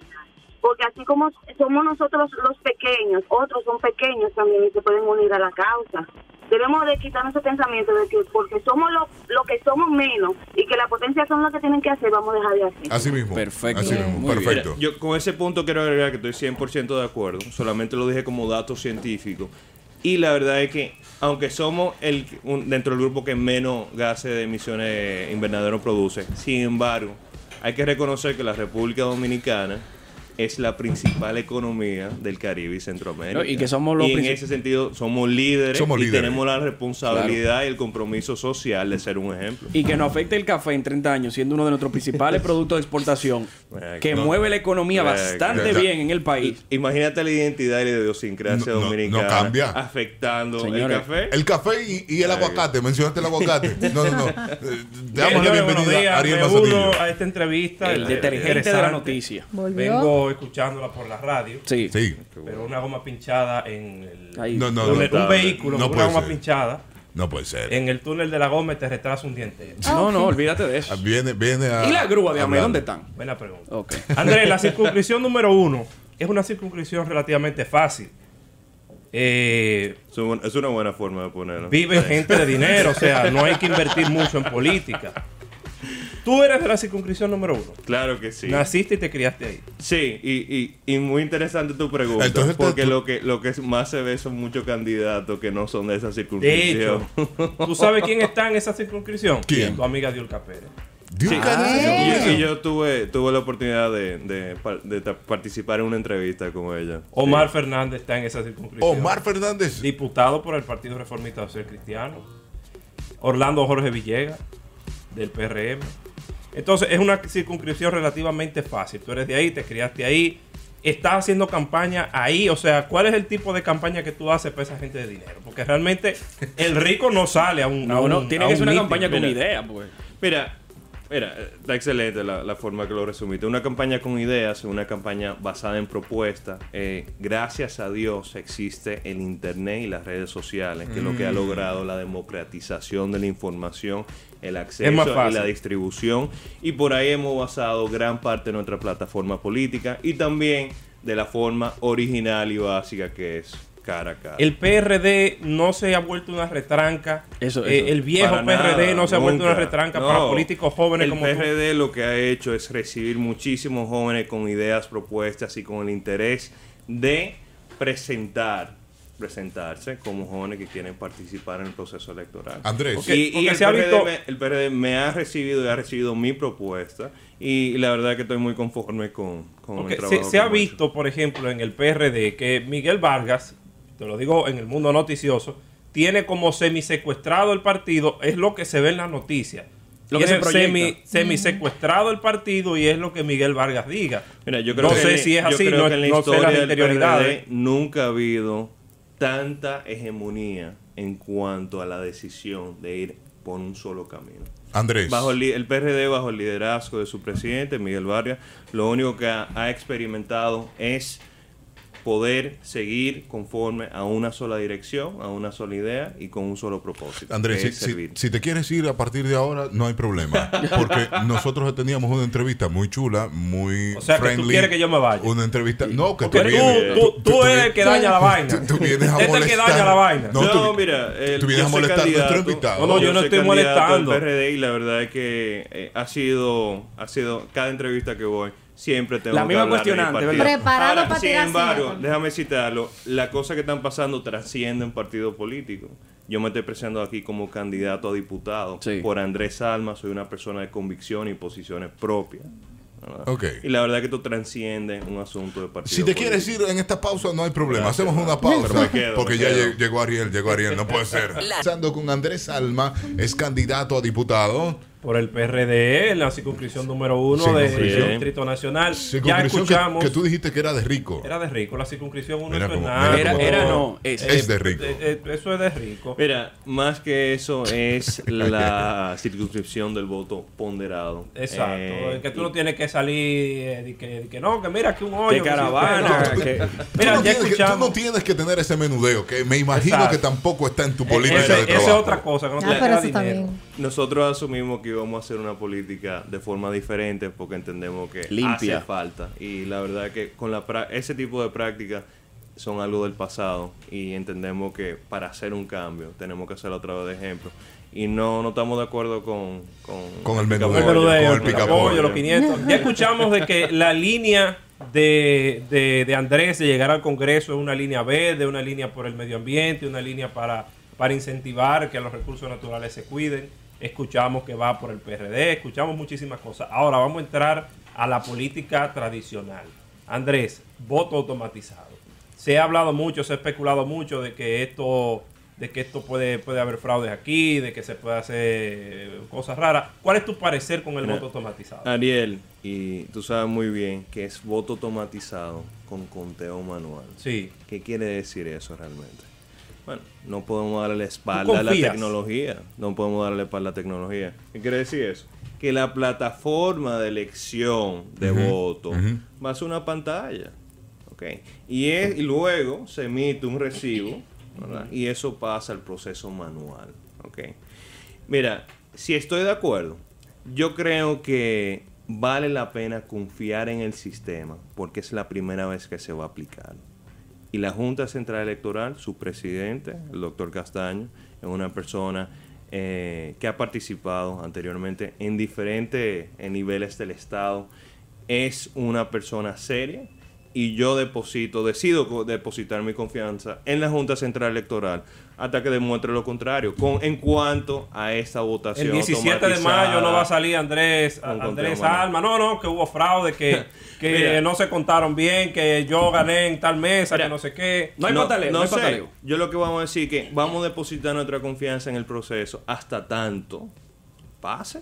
M: Porque así como somos nosotros los pequeños, otros son pequeños también y se pueden unir a la causa. Debemos de quitarnos ese pensamiento de que porque somos lo, lo que somos menos y que la potencia son lo que tienen que hacer, vamos a dejar de hacer.
C: Así mismo.
K: Perfecto.
C: Así mismo, Muy bien. perfecto.
K: Mira, yo con ese punto quiero agregar que estoy 100% de acuerdo. Solamente lo dije como dato científico. Y la verdad es que, aunque somos el un- dentro del grupo que menos gases de emisiones invernadero produce, sin embargo, hay que reconocer que la República Dominicana es la principal economía del Caribe y Centroamérica.
E: No, y que somos los
K: Y en
E: princip-
K: ese sentido somos líderes
E: Somos
K: y
E: líderes.
K: tenemos la responsabilidad y el compromiso social de ser un ejemplo.
E: Y que nos afecte el café en 30 años, siendo uno de
N: <laughs>
E: nuestros principales productos de exportación, que
K: No.
E: mueve la economía
K: Correcto.
E: bastante
K: Ya.
E: bien en el país.
K: Imagínate la identidad y la idiosincrasia
C: No, no,
K: dominicana
C: no cambia.
K: afectando
C: Señores.
K: el café.
C: El café y, y el aguacate. Mencionaste
K: <laughs>
C: el aguacate. No, no, no. Eh, Te damos la
N: Señores, buenos
C: bienvenida
N: días.
C: a Ariel
N: Me
C: Mazatillo.
N: uno a esta entrevista.
E: El
N: eh,
E: detergente
N: interesante.
E: de la noticia.
N: Volvió. Vengo escuchándola por la radio.
E: Sí. Sí.
N: Pero una goma pinchada en el,
E: Ahí.
C: No, no,
N: un,
C: no.
N: un vehículo,
C: No
N: con una
C: puede
N: goma
C: ser.
N: pinchada.
C: No puede ser.
N: En el túnel de la goma y te retrasa un diente.
E: No, no, olvídate de eso.
C: Viene, viene a.
N: ¿Y la grúa de Amé?
C: hablando.
N: ¿Dónde están? Buena pregunta.
E: Ok.
N: Andrés, la circunscripción número uno es una circunscripción relativamente fácil.
K: es, un- es una buena forma de ponerlo.
N: Vive
K: Sí.
N: gente de dinero, o sea, no hay que invertir mucho en política.
E: <laughs>
N: Tú eres de la circunscripción número uno.
K: Claro que sí.
N: Naciste y te criaste ahí.
K: Sí, y, y, y muy interesante tu pregunta.
N: Entonces, te-
K: porque lo que lo que más se ve son muchos candidatos que no son de esa
N: De
K: circunstancia.
N: hecho, ¿tú sabes quién está en esa circunscripción?
K: ¿Quién?
N: Tu amiga Diolca Pérez.
K: Y, y yo tuve, tuve la oportunidad de, de par- de ta- participar en una entrevista con ella.
N: Omar
K: Sí.
N: Fernández está en esa circunscripción.
K: Omar
E: Oh.
C: Fernández.
N: Diputado por el Partido Reformista Social Cristiano. Orlando Jorge Villegas, del PRM. Entonces, es una circunscripción relativamente fácil. Tú eres de ahí, te criaste ahí. Estás haciendo campaña ahí. O sea, ¿cuál es el tipo de campaña que tú haces para esa gente de dinero? Porque realmente el rico no sale a un. a
E: No,
N: un-
E: no, tiene
N: a
E: que
N: un
E: ser una
N: meeting.
E: campaña con
N: Mira,
E: idea, pues.
K: Mira, mira, está excelente la, la forma que lo resumiste. Una campaña con ideas, una campaña basada en propuestas. Eh, gracias a Dios existe el Internet y las redes sociales, que es lo que ha
N: Mm.
K: logrado la democratización de la información, el
N: Es más
K: acceso y
N: fácil.
K: la distribución. Y por ahí hemos basado gran parte de nuestra plataforma política y también de la forma original y básica que es cara a cara.
N: El PRD no se ha vuelto una retranca. Eh, el viejo
K: Para
N: PRD
K: nada,
N: no se ha vuelto
K: nunca.
N: una retranca
K: No.
N: para políticos jóvenes
K: el
N: como tú.
K: PRD lo que ha hecho es recibir muchísimos jóvenes con ideas, propuestas y con el interés de presentar presentarse como jóvenes que quieren participar en el proceso electoral.
C: Andrés.
K: Porque- y,
N: porque
K: el,
N: se ha
K: PRD
N: visto-
K: me, el PRD me ha recibido y ha recibido mi propuesta y la verdad que estoy muy conforme con, con
N: Porque
K: el trabajo.
N: se, se
K: que
N: ha
K: hemos hecho.
N: visto, por ejemplo, en el PRD que Miguel Vargas, te lo digo en el mundo noticioso, tiene como semisecuestrado el partido, es lo que se ve en las noticias.
K: Lo que
N: Tiene
K: se proyecta.
N: semi- semisecuestrado el partido y es lo que Miguel Vargas diga.
K: Mira, yo creo
N: no
K: que
N: sé
K: en-
N: si es
K: yo
N: así,
K: creo
N: no,
K: que en la
N: no sé
K: historia
N: las
K: del
N: interioridades.
K: PRD Eh, nunca ha habido tanta hegemonía en cuanto a la decisión de ir por un solo camino.
C: Andrés.
K: Bajo el, li- el PRD, bajo el liderazgo de su presidente, Miguel Vargas, lo único que ha, ha experimentado es poder seguir conforme a una sola dirección, a una sola idea y con un solo propósito.
C: Andrés,
K: que
C: si,
K: es
C: si-
K: servir.
C: si te quieres ir a partir de ahora, no hay problema. Porque nosotros teníamos una entrevista muy chula, muy
N: O sea, que tú
C: friendly.
N: quieres que yo me vaya.
C: Una entrevista. No, que
N: Porque
C: tú
N: tú-
C: vienes.
N: tú- tú eres el que daña la vaina.
C: Tú, tú vienes a
E: <laughs>
N: Este es el que
C: molestar.
N: daña la vaina.
C: No, tú-
K: No, mira, el-
C: tú vienes
K: yo
C: a
K: soy
C: molestar a nuestro
K: candidato.
C: invitado. No, no, yo no
K: soy
C: estoy
K: candidato al
C: molestando.
K: PRD y la verdad es que eh, ha sido, ha sido cada entrevista que voy siempre tengo
E: La
K: que
E: misma
K: hablar de mi
E: cuestionante,
K: partido.
E: ¿verdad? Preparado
K: Ahora,
E: para
K: Sin
E: tirar
K: embargo,
J: Ah,
E: silla.
K: déjame citarlo. Las cosas que están pasando trascienden partido político. Yo me estoy presentando aquí como candidato a diputado por Andrés Salma. Soy una persona de convicción y posiciones propias. ¿verdad?
C: Ok.
K: Y la verdad es que esto transciende un asunto de partido
C: Si te quieres ir en esta pausa, no hay problema. Hacemos una
K: Pero
C: pausa.
K: me quedo,
C: Porque
K: me
C: ya
K: quedo.
C: lle- llegó Ariel, llegó Ariel, no puede ser. Empezando con Andrés Alma, es candidato a diputado.
N: Por el PRD, la circunscripción número uno
C: Sí,
N: del
C: sí.
N: Distrito Nacional. Ya
C: Circunscripción que-
N: escuchamos.
C: que tú dijiste que era de rico.
N: Era de rico, la circunscripción uno
C: Mira
N: eso es
C: cómo-
K: Ah,
N: nada.
C: mira cómo-
E: Ah,
C: Era- era no,
K: es-
N: Eh,
K: es de rico.
N: eh, eh, eso es de rico.
K: Mira, más que eso es
N: <laughs>
K: la circunscripción del voto ponderado.
N: Exacto.
K: Eh,
N: que tú no tienes que salir eh, de que, de que no, que mira, que un hoyo. que sí, que no.
C: Tú
N: Mira,
C: no
N: ya
C: tienes que-
N: escuchamos.
C: Tú no tienes que tener ese menudeo, que me imagino
K: Exacto.
C: que tampoco está
N: Eh,
C: en tu política
K: Ese-
C: de
K: esa
C: trabajo.
K: es otra cosa, que no Ah, te pero queda eso está dinero.
D: bien.
K: Nosotros asumimos que íbamos a hacer una política de forma diferente porque entendemos que
E: Limpia.
K: hace falta. Y la verdad es que con la pra- ese tipo de prácticas son algo del pasado y entendemos que para hacer un cambio tenemos que hacerlo a través de ejemplos. Y no, no estamos de acuerdo con... Con,
C: Con el menudeo,
K: picapollo.
C: con el picapollo.
N: los 500. Ya escuchamos de que la línea de, de- de Andrés de llegar al Congreso es una línea verde, una línea por el medio ambiente, una línea para, para incentivar que los recursos naturales se cuiden. Escuchamos que va por el PRD, escuchamos muchísimas cosas. Ahora vamos a entrar a la política tradicional. Andrés, voto automatizado. Se ha hablado mucho, se ha especulado mucho de que esto de que esto puede, puede haber fraudes aquí, de que se puede hacer eh, cosas raras. ¿Cuál es tu parecer con el
K: Mira,
N: voto automatizado?
K: Ariel, y tú sabes muy bien que es voto automatizado con conteo manual.
N: Sí.
K: ¿Qué quiere decir eso realmente? Bueno, no podemos darle la espalda a la
N: confías?
K: tecnología. No podemos darle la espalda a la tecnología. ¿Qué quiere decir eso? Que la plataforma de elección de
C: Ujú,
K: voto
C: ujú.
K: va a ser una pantalla. ¿ok? Y, es, y luego se emite un recibo ¿verdad? y eso pasa al proceso manual. ¿ok? Mira, si estoy de acuerdo, yo creo que vale la pena confiar en el sistema porque es la primera vez que se va a aplicar. Y la Junta Central Electoral, su presidente, el doctor Castaño, es una persona eh, que ha participado anteriormente en diferentes eh, niveles del Estado. Es una persona seria y yo deposito, decido co- depositar mi confianza en la Junta Central Electoral hasta que demuestre lo contrario con, en cuanto a esta votación.
N: El 17 de mayo no va a
K: automatizada.
N: salir Andrés,
K: Con
N: Andrés
K: conteo,
N: Alma. No, no, que hubo
K: <laughs>
N: fraude, que, que
K: Mira.
N: no se contaron bien, que yo gané en tal mesa, que no sé qué.
K: sé. Yo lo que vamos a decir que vamos a depositar nuestra confianza en el proceso hasta tanto pase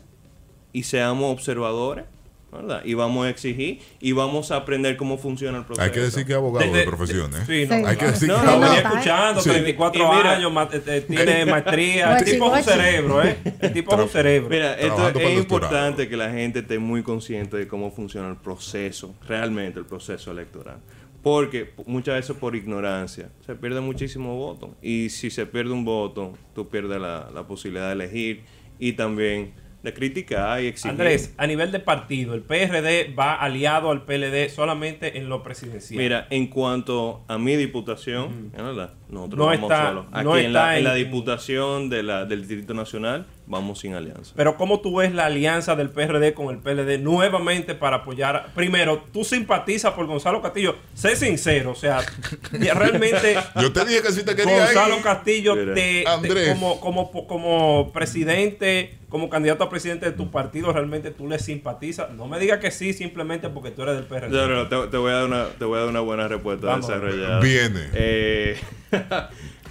K: y seamos observadores, ¿verdad? Y vamos a exigir y vamos a aprender cómo funciona el proceso.
C: Hay que decir que es abogado de,
N: Desde-
C: profesión, ¿eh?
N: Sí, no,
C: Hay
N: claro.
C: que decir
N: No,
C: que
N: no,
C: es
N: venía
C: abogado.
N: escuchando,
C: Sí.
N: 34
K: Y mira-
N: años, ma- eh, eh, tiene maestría. El
K: Guachi,
N: tipo es un
K: guachi.
N: cerebro, ¿eh? El tipo es un cerebro.
K: Mira, esto
N: Trabajando para
K: es
N: el
K: importante que la gente esté muy consciente de cómo funciona el proceso, realmente el proceso electoral. Porque p- muchas veces por ignorancia se pierde muchísimo voto. Y si se pierde un voto, tú pierdes la, la posibilidad de elegir y también de criticar y exigir.
N: Andrés, a nivel de partido, el PRD va aliado al PLD solamente en lo presidencial.
K: Mira, en cuanto a mi diputación, es verdad, nosotros
N: No
K: vamos
N: está-
K: solos. Aquí
N: no
K: en, la,
N: está
K: en la
N: en-
K: diputación de la, del Distrito Nacional vamos sin alianza.
N: Pero ¿cómo tú ves la alianza del PRD con el PLD nuevamente para apoyar? Primero, tú simpatizas por Gonzalo Castillo. Sé sincero, o sea, <laughs> ya realmente...
C: Yo te dije que sí te quería
N: Gonzalo
C: ir.
N: Castillo,
C: Mira.
N: te- te-
C: Andrés.
N: como, como, como presidente, como candidato a presidente de tu partido, realmente tú le simpatizas. No me digas que sí simplemente porque tú eres del PRD.
K: No, no, no, te, te voy a dar una, te voy a dar una buena respuesta
N: Vamos.
K: desarrollada.
C: Viene.
K: Eh,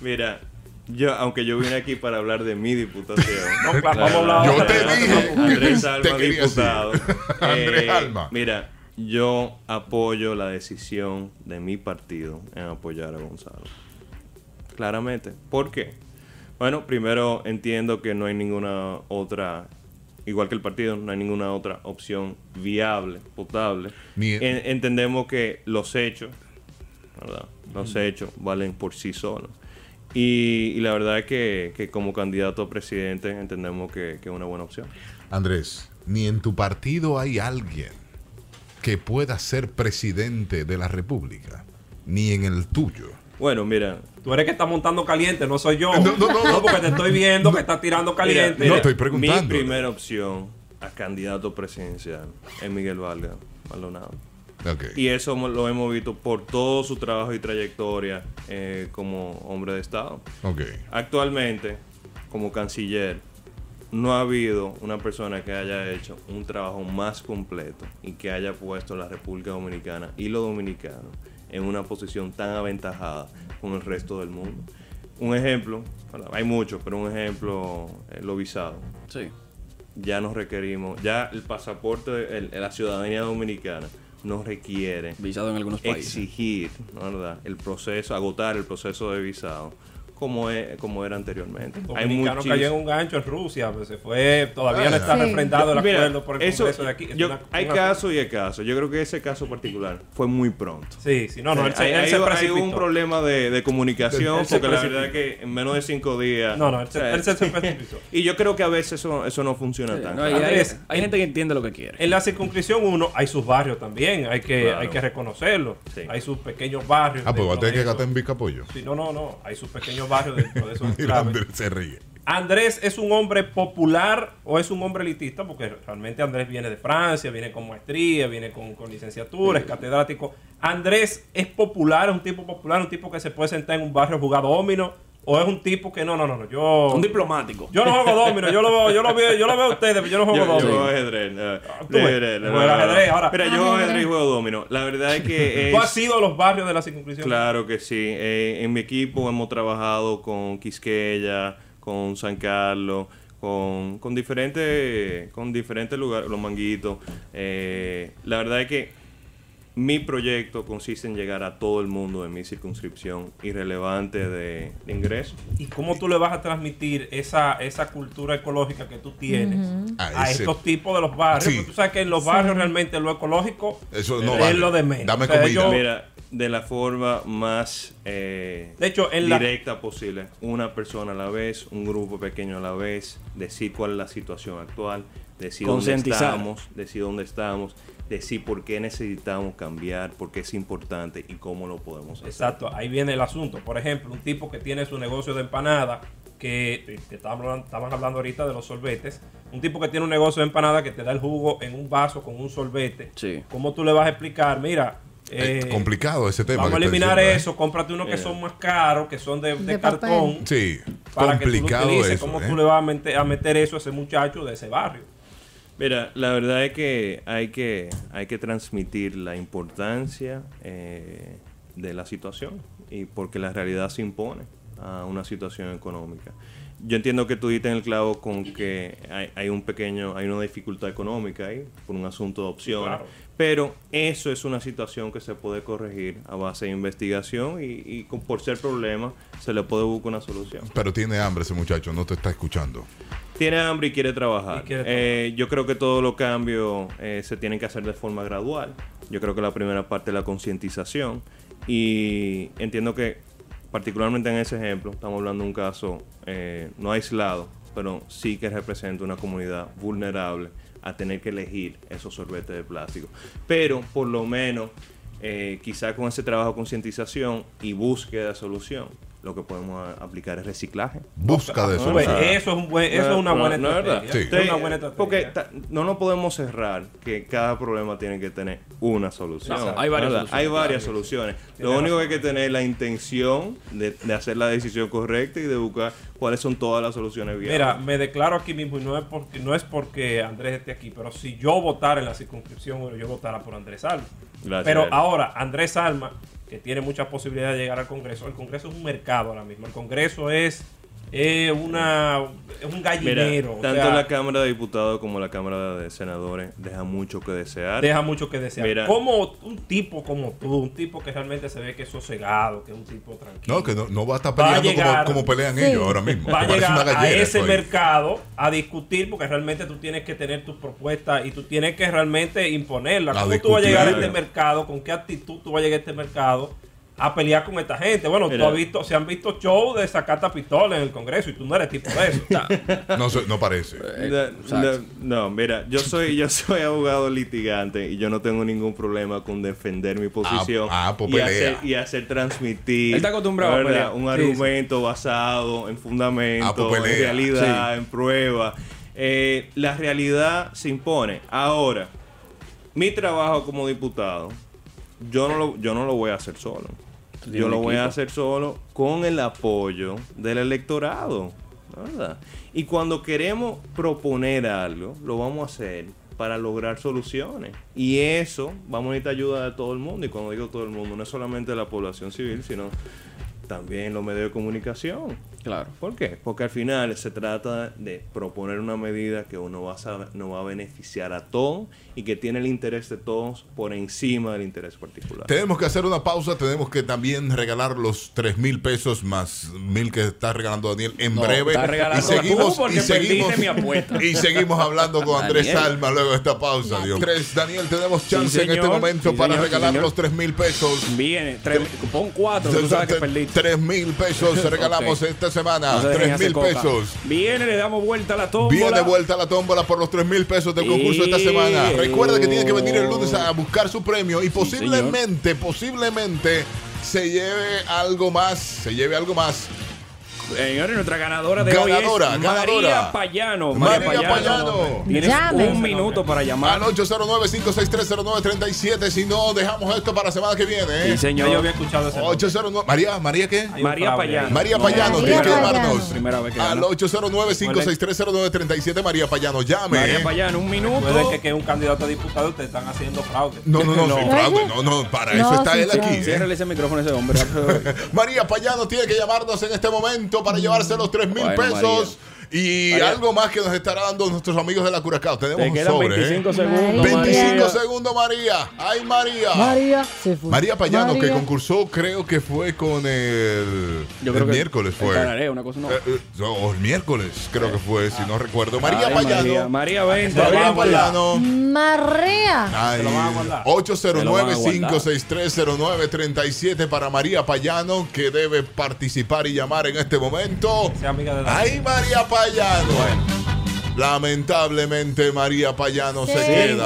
K: mira, yo, aunque yo vine aquí para hablar de mi diputación.
N: No, claro, vamos a hablar
K: Yo
N: ahora.
K: te
N: No te
C: <laughs>
K: dije. Andrés
N: preocupes. Te
K: Alma,
N: quería decir.
K: diputado.
N: Andrés
K: Eh,
N: Alma.
K: Mira, yo apoyo la decisión de mi partido en apoyar a Gonzalo. Claramente. ¿Por qué? Bueno, primero entiendo que no hay ninguna otra, igual que el partido, no hay ninguna otra opción viable, potable.
N: eh,
C: Ni-
K: En- entendemos que los hechos ¿verdad? Los hechos valen por sí solos. Y, y la verdad es que, que como candidato a presidente entendemos que, que es una buena opción.
C: Andrés, ni en tu partido hay alguien que pueda ser presidente de la República, ni en el tuyo.
K: Bueno, mira,
N: Tú eres que está montando caliente, no soy yo. No, porque te estoy viendo que está tirando caliente.
K: Mira, Mi primera opción a candidato presidencial es Miguel Valga Maldonado. Y eso mo- lo hemos visto por todo su trabajo y trayectoria eh, como hombre de Estado.
C: Ok.
K: Actualmente, como canciller, no ha habido una persona que haya hecho un trabajo más completo y que haya puesto a la República Dominicana y los dominicanos en una posición tan aventajada con el resto del mundo. Un ejemplo, bueno, hay muchos, pero un ejemplo, eh, lo visado.
E: Sí.
K: Ya nos requerimos, ya el pasaporte, el- la ciudadanía dominicana nos requiere
E: visado en algunos países.
K: exigir, ¿no? ¿verdad? El proceso, agotar el proceso de visado como, es, como era anteriormente. Hay
N: Dominicano
K: muchísimos-
N: cayó en un gancho en Rusia, pues se fue, todavía no está
K: Sí.
N: refrendado el
K: Mira,
N: acuerdo por el
K: eso-
N: Congreso de aquí. Es
K: yo-
N: una-
K: hay
N: una-
K: casos y hay casos. Yo creo que ese caso particular fue muy pronto.
N: Sí, sí, no, no, él se-
K: hay,
N: él se
K: hay un- hay
N: precipitó.
K: un problema de, de comunicación
N: Él se
K: porque la
N: precipitó.
K: verdad es que en menos de cinco días.
N: No, no, él se-
K: o sea, <laughs>
N: él se- se precipitó.
K: Y yo creo que a veces eso, eso no funciona
N: Sí,
K: tanto.
N: no, y hay- Andrés,
E: Hay gente que entiende lo que quiere.
N: En la circunscripción uno hay sus barrios también, hay que,
K: Claro.
N: hay que reconocerlo. Hay sus pequeños barrios.
C: Ah, pues va a
N: dentro de
C: tener que
N: eso.
C: gastar en Vicapollo. <laughs>
N: Sí, no, no, no. Hay sus pequeños barrios dentro de esos
C: Mira,
N: enclaves.
C: Andrés se ríe.
N: Andrés es un hombre popular o es un hombre elitista, porque realmente Andrés viene de Francia, viene con maestría, viene con, con licenciatura, es catedrático. Andrés es popular, es un tipo popular, un tipo que se puede sentar en un barrio jugado domino, o es un tipo que no, no, no, no, yo.
E: Un diplomático.
N: Yo no juego domino, yo lo veo, yo lo veo, yo lo veo a ustedes, pero yo no juego
K: Yo, yo
N: domino.
K: juego ajedrez. no,
N: Ah, tú ves,
K: ajedrez, no,
N: juega
K: no, no.
N: ajedrez ahora.
K: Mira, yo juego
N: Ajedrez.
K: ajedrez y juego domino. La verdad es que.
N: Tú
K: es-
N: has sido a los barrios de la circunscripción.
K: Claro que sí. Eh, en mi equipo hemos trabajado con Quisqueya, con San Carlos, con, con diferentes con diferentes lugares, los manguitos. Eh, la verdad es que mi proyecto consiste en llegar a todo el mundo de mi circunscripción irrelevante de, de ingreso.
N: ¿Y cómo tú le vas a transmitir esa, esa cultura ecológica que tú tienes
K: Ujú.
N: a,
K: A ese-
N: estos tipos de los barrios?
K: Sí.
N: Porque Tú sabes que en los
K: Sí.
N: barrios realmente lo ecológico
K: Eso
N: es lo de menos. O sea, ellos-
K: Mira, de la forma más eh,
N: De hecho, en la-
K: directa posible. Una persona a la vez, un grupo pequeño a la vez. Decir cuál es la situación actual. Decir dónde
E: Concientizar.
K: estamos. Decir dónde estamos. Decir por qué necesitamos cambiar. Por qué es importante y cómo lo podemos hacer.
N: Exacto, ahí viene el asunto. Por ejemplo, un tipo que tiene su negocio de empanada, que te, te estaban, hablando, estaban hablando ahorita de los sorbetes, un tipo que tiene un negocio de empanada que te da el jugo en un vaso con un sorbete, ¿cómo tú le vas a explicar? Mira,
C: Eh,
N: eh,
C: complicado ese tema.
N: vamos a
C: que está
N: eliminar
C: diciendo, ¿eh?
N: eso, cómprate unos que
C: Eh.
N: son más caros, que son de, de
C: De papel.
N: cartón.
C: Sí,
N: para
C: complicado
N: que tú lo utilices.
C: eso,
N: ¿Cómo
C: ¿eh?
N: tú le vas a meter, a meter eso a ese muchacho de ese barrio?
K: Mira, la verdad es que hay que, hay que transmitir la importancia eh, de la situación y porque la realidad se impone a una situación económica. Yo entiendo que tú diste en el clavo con que hay, hay un pequeño, hay una dificultad económica ahí por un asunto de opciones,
N: Claro.
K: pero eso es una situación que se puede corregir a base de investigación y, y con- por ser problema se le puede buscar una solución
C: Pero tiene hambre ese muchacho, no te está escuchando.
K: tiene hambre y quiere trabajar.
N: Y quiere
K: Eh, yo creo que todos los cambios eh, se tienen que hacer de forma gradual. Yo creo que la primera parte es la concientización y entiendo que particularmente en ese ejemplo estamos hablando de un caso eh, no aislado, pero sí que representa una comunidad vulnerable a tener que elegir esos sorbetes de plástico. Pero por lo menos eh, quizá con ese trabajo de concientización y búsqueda de solución, eh, lo que podemos a- aplicar es reciclaje.
C: Busca de
K: Ah,
C: solución.
K: bueno,
N: Eso es un buen- eso es una buena
K: no,
N: estrategia.
K: ¿verdad?
N: Sí.
K: Entonces,
N: Es una buena estrategia.
K: Porque ta- no nos podemos cerrar que cada problema tiene que tener una solución.
E: Exacto. Hay varias
K: ¿verdad?
E: soluciones.
K: Hay varias
E: Claro.
K: soluciones.
E: Tienes
K: Lo
N: pues,
K: único que hay que tener es la intención de, de hacer la decisión correcta y de buscar cuáles son todas las soluciones viables.
N: Mira, me declaro aquí mismo y no es porque no es porque Andrés esté aquí, pero si yo votara en la circunscripción, bueno, yo votara por Andrés Alma.
K: Gracias,
N: pero
K: Ariel.
N: ahora, Andrés Alma, que tiene muchas posibilidades de llegar al Congreso, el Congreso es un mercado ahora mismo, el Congreso es eh, una es un
K: Mira,
N: gallinero. o
K: tanto
N: sea,
K: la Cámara de Diputados como la Cámara de Senadores deja mucho que desear.
N: deja mucho que desear.
K: Mira,
N: Como un tipo como tú, un tipo que realmente se ve que es sosegado, que es un tipo tranquilo.
C: No, que no, no va a estar
N: Va a
C: peleando como-
N: llegar-
C: como, pelean
N: Sí.
C: ellos ahora mismo.
N: Va a
C: que parece
N: llegar
C: una
N: a
C: gallera pues.
N: ese
C: eso ahí.
N: mercado a discutir porque realmente tú tienes que tener tus propuestas y tú tienes que realmente imponerla.
C: A
N: ¿Cómo tú vas a llegar a
C: discutir.
N: este mercado? ¿Con qué actitud tú vas a llegar a este mercado? a pelear con esta gente. Bueno,
K: Mira.
N: tú has visto, se han visto shows de sacata pistola en el Congreso y tú no eres tipo de
E: <laughs>
N: eso.
C: No, soy- no parece.
K: Eh, No, no, mira, yo soy, yo soy abogado litigante y yo no tengo ningún problema con defender mi posición
C: ah, pues
K: y,
C: pelea.
K: hacer, y hacer transmitir
E: Él está acostumbrado a
K: ¿verdad?
E: pelear.
K: un
E: Sí,
K: argumento basado en fundamento,
E: Ah, pues
K: en
E: pelea.
K: realidad,
E: Sí.
K: en prueba. Eh, la realidad se impone. Ahora, mi trabajo como diputado, yo no lo, yo no lo voy a hacer solo.
E: tienes
K: Yo
E: un
K: lo voy a
E: equipo.
K: hacer solo con el apoyo del electorado. la ¿verdad? Y cuando queremos proponer algo, lo vamos a hacer para lograr soluciones. Y eso vamos a necesitar ayuda de todo el mundo. Y cuando digo todo el mundo, no es solamente la población civil, sino también los medios de comunicación.
E: Claro.
K: ¿Por qué? Porque al final se trata de proponer una medida que uno va a saber- nos va a beneficiar a todos y que tiene el interés de todos por encima del interés particular.
C: Tenemos que hacer una pausa, tenemos que también regalar los 3 mil pesos más mil que está regalando Daniel en
E: No,
C: breve.
E: está regalando tú porque perdiste mi apuesta.
C: <laughs> y seguimos hablando con Andrés
E: Daniel.
C: Alma luego de esta pausa. Dios. Tres, Daniel, tenemos
E: Sí,
C: chance en este
E: señor.
C: momento
E: Sí,
C: para
E: señor, sí,
C: regalar
E: señor.
C: los 3 mil pesos.
E: Viene, tres- pon cuatro, que tú sabes que perdiste.
C: 3 mil pesos regalamos
E: <laughs> Ok.
C: esta semana.
E: No se dejen
C: 3
E: hacer
C: Ah, mil
E: coca.
C: pesos.
E: Viene, le damos vuelta a la tómbola.
C: Viene vuelta a la tómbola por los 3 mil pesos del concurso de esta semana.
E: Eh.
C: Recuerda que tiene que venir el lunes a buscar su premio y posiblemente, posiblemente se lleve algo más, se lleve algo más.
E: Señores, nuestra ganadora de
C: Ganadora,
E: hoy es
C: ganadora.
E: María Payano.
C: María Payano.
E: Tienes
C: Llame.
E: un minuto para llamar.
C: Al 809-56309-37. Si no, dejamos esto para la semana que viene. ¿eh?
E: Sí, señor. Yo había
N: escuchado ese
C: 809. María, María qué?
E: un María fraude. Payano.
C: María
E: No,
C: Payano,
E: María
C: tiene que
E: Payano.
C: llamarnos.
E: Primera vez que
C: Al
E: gana.
C: 809-56309-37. María Payano, llame. ¿eh?
E: María Payano, un minuto.
N: Recuerden que, que un candidato a diputado te están haciendo fraude.
C: No, no, no, sin fraude, no, no, para eso está él aquí. ¿eh?
E: Cierrale ese micrófono a ese
C: <laughs>
E: hombre.
C: María Payano tiene que llamarnos en este momento para llevarse los 3 mil
E: Mm. Bueno,
C: pesos. Y algo más que nos estará dando nuestros amigos de la Curacao. Tenemos
E: Te
C: un
E: quedan
C: sobre.
E: 25
C: ¿eh?
E: segundos,
C: 25
E: María.
C: segundos, María. Ay, María.
D: María se fue.
C: María Payano, que
D: María.
C: concursó, creo que fue con el,
E: Yo creo
C: el
E: que
C: miércoles.
E: el
C: fue.
E: tarareo, una cosa, no.
C: Eh, eh, no, o el miércoles, creo que fue, si no recuerdo. María
E: Ay, María.
C: Payano.
E: María, ven.
C: María Payano.
D: Marea.
C: Ay,
E: lo van a guardar. Te lo van a guardar.
C: 809-56309-37 para María Payano, que debe participar y llamar en este momento. Ay, María Payano. Lamentablemente, María Payano se
E: Cinco,
C: queda.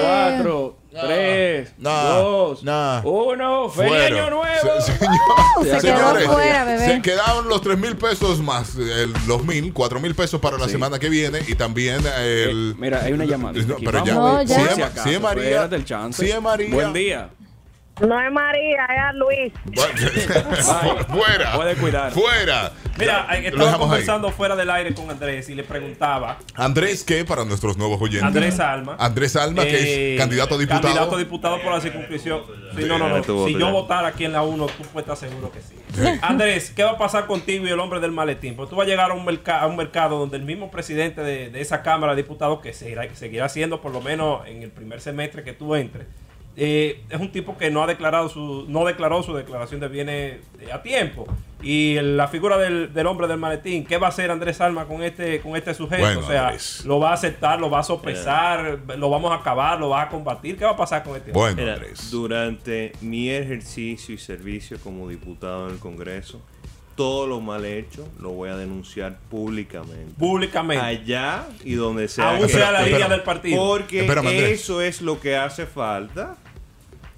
E: cuatro, tres, dos, uno. ¡Feliz
C: Fuera.
E: año nuevo!
C: Se-
E: Se quedó
C: Señores,
E: fuera, bebé.
C: se quedaron los 3 mil pesos más el- los mil, 4 mil pesos para la semana que viene y también el.
E: Eh, mira, hay una llamada.
C: No,
E: Aquí,
C: pero ya.
E: vamos,
C: Si
E: por
C: es-
E: si acaso,
C: si es <laughs> María.
E: espérate el chance.
C: Si es María.
E: Buen día.
M: No es María, es a Luis.
C: <laughs> fuera.
E: Puede cuidar.
C: Fuera.
N: Mira,
C: Ya, lo
N: estaba
C: dejamos ahí.
N: conversando fuera del aire con Andrés y le preguntaba
C: Andrés, ¿qué? Para nuestros nuevos oyentes.
N: Andrés
E: ah,
N: Alma.
C: Andrés Alma, que
N: Eh,
C: es candidato a diputado.
N: Candidato a diputado por la circunscripción. Sí, no, no, no.
K: Ya te voto
N: Si
K: ya.
N: yo votara aquí en la 1, tú puedes estar seguro que sí. Andrés, ¿qué va a pasar contigo y el hombre del maletín? Porque tú vas a llegar a un, merca- a un mercado donde el mismo presidente de, de esa Cámara de Diputados, que seguirá, seguirá siendo por lo menos en el primer semestre que tú entres, eh, es un tipo que no ha declarado su no declaró su declaración de bienes eh, a tiempo y el- la figura del, del hombre del maletín qué va a hacer Andrés Alma con este con este sujeto
C: Bueno,
N: o sea
C: Andrés.
N: lo va a aceptar lo va a sopesar lo vamos a acabar lo va a combatir qué va a pasar con este hombre?
K: Mira, Durante mi ejercicio y servicio como diputado en el Congreso, todo lo mal hecho lo voy a denunciar públicamente.
N: Públicamente.
K: Allá y donde sea.
N: Aún
K: que-
N: sea la línea del partido.
K: Porque
N: Espérame, Andrés.
K: eso es lo que hace falta.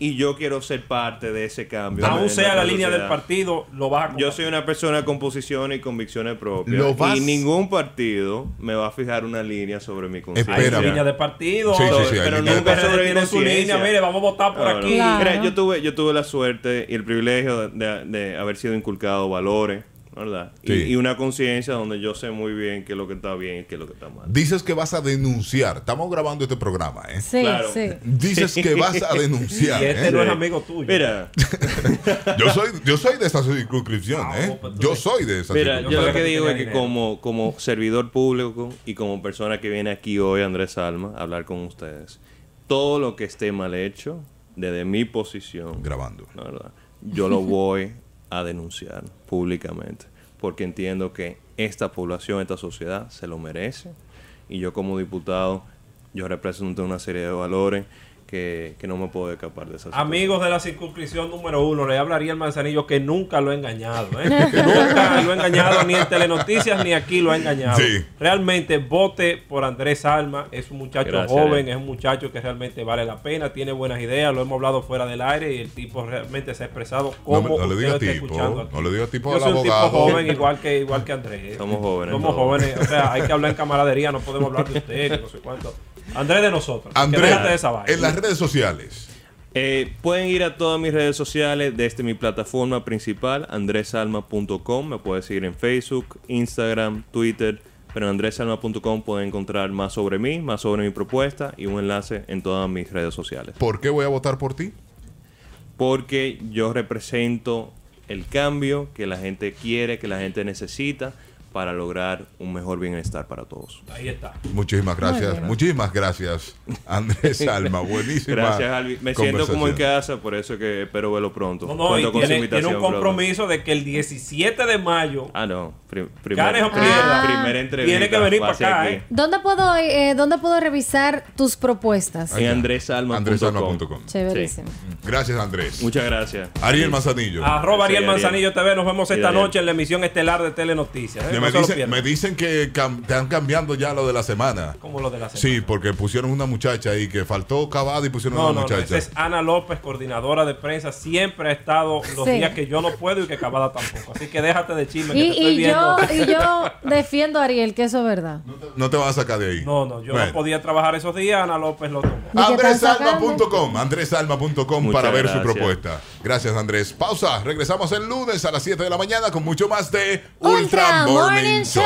K: Y yo quiero ser parte de ese cambio.
N: aún
K: en
N: sea la línea
K: sociedad.
N: del partido lo va a
K: Yo soy una persona con posiciones y convicciones propias.
N: Lo vas-
K: Y ningún partido me va a fijar una línea sobre mi conciencia.
N: Espérame. línea de partido. Sí, sí, sí, hay
K: pero
N: línea de
K: nunca
N: partido.
K: sobre mi
N: Tiene su
K: conciencia.
N: línea, mire, vamos a votar por aquí. Claro.
K: Mira, yo tuve, yo tuve la suerte y el privilegio de, de haber sido inculcado valores, ¿verdad? Y-
C: Sí.
K: Y, una conciencia donde yo sé muy bien qué es lo que está bien y qué es lo que está mal.
C: Dices que vas a denunciar. Estamos grabando este programa, ¿eh?
K: Sí, Claro. sí.
C: Dices que vas a denunciar.
K: Y este
C: ¿eh?
K: no es amigo
N: tuyo.
K: Mira,
C: Yo soy, yo soy de esa circunscripción, ¿eh? Yo soy de esa
K: Mira, yo
C: circunscripción.
K: lo que digo es que como, como servidor público y como persona que viene aquí hoy, Andrés Alma, a hablar con ustedes, todo lo que esté mal hecho, desde mi posición,
C: grabando,
K: yo lo voy a denunciar públicamente, porque entiendo que esta población, esta sociedad se lo merece, y yo como diputado, yo represento una serie de valores que, que no me puedo escapar de esa
C: pues,
K: situación.
N: Amigos de la circunscripción número uno, le hablaría el manzanillo que nunca lo ha engañado.
K: <laughs>
N: ¿eh? nunca lo ha engañado ni en Telenoticias ni aquí lo ha engañado.
C: Sí.
N: Realmente vote por Andrés Alma. Es un muchacho
K: Gracias,
N: joven,
K: eh.
N: es un muchacho que realmente vale la pena, tiene buenas ideas. Lo hemos hablado fuera del aire y el tipo realmente se ha expresado
C: No,
N: como
C: me- no le
N: usted
C: diga
N: lo está
C: tipo,
N: escuchando aquí.
C: no le diga tipo
N: Yo
C: al
N: soy un
C: abogado.
N: tipo joven igual que, igual que Andrés. ¿eh?
K: Somos jóvenes
N: Somos
K: todos.
N: jóvenes. O sea, hay
K: <laughs>
N: que hablar en camaradería, no podemos hablar de usted, que no sé cuánto. Andrés de nosotros. Que
C: Andrés,
N: déjate de esa vaina.
C: en las redes sociales.
K: Eh, pueden ir a todas mis redes sociales desde mi plataforma principal, andresalma.com. Me pueden seguir en Facebook, Instagram, Twitter. Pero en andresalma.com pueden encontrar más sobre mí, más sobre mi propuesta y un enlace en todas mis redes sociales.
C: ¿Por qué voy a votar por ti?
K: Porque yo represento el cambio que la gente quiere, que la gente necesita para lograr un mejor bienestar para todos.
N: Ahí está.
C: Muchísimas
K: Muy
C: gracias,
K: bien.
C: muchísimas gracias, Andrés
N: <laughs>
C: Alma. Buenísima.
K: Gracias, Albi. Me siento como en
C: conversación.
K: casa, por eso que espero verlo pronto.
N: No, no,
K: Cuento
N: y
K: con su
N: tiene, tiene un
K: invitación, brother.
N: compromiso de que el 17 de mayo,
K: Ah, no. Pri- primer-
N: ganes o
K: pri-
N: pierdas,
K: primera entrevista.
N: tiene que venir
K: va
N: para
K: a ser
N: acá.
K: aquí.
N: ¿eh?
D: ¿Dónde puedo, eh, ¿Dónde puedo revisar tus propuestas?
K: En andresalma.com.
D: Chéverísimo.
C: Gracias, Andrés.
K: Muchas gracias.
C: Ariel Manzanillo.
N: Arroba
K: Sí,
N: Ariel Manzanillo TV. Nos vemos
K: Y
N: esta
K: Daniel.
N: noche en la emisión estelar de Telenoticias. ¿eh? No
C: Me,
N: se lo
C: dicen,
N: pierdan.
C: me dicen que cam- están cambiando ya lo de la semana.
N: Como lo de la semana.
C: Sí, porque pusieron una muchacha ahí que faltó cavada y pusieron
N: No,
C: una
N: no, no, esa
C: muchacha.
N: es Ana López, coordinadora de prensa. Siempre ha estado los
D: Sí.
N: días que yo no puedo y que Cabada tampoco. Así que déjate de chisme. que
D: Y,
N: te estoy
D: y yo,
N: viendo.
D: y yo defiendo a Ariel, que eso es verdad.
C: No te vas a sacar de ahí.
N: No, no, yo no podía trabajar esos días. Ana López lo tomó.
C: Andresalma.com, andresalma.com
K: Muchas
C: para ver su
K: gracias.
C: propuesta. Gracias, Andrés. Pausa. Regresamos el lunes a las 7 de la mañana con mucho más de
D: Ultra Morning Show.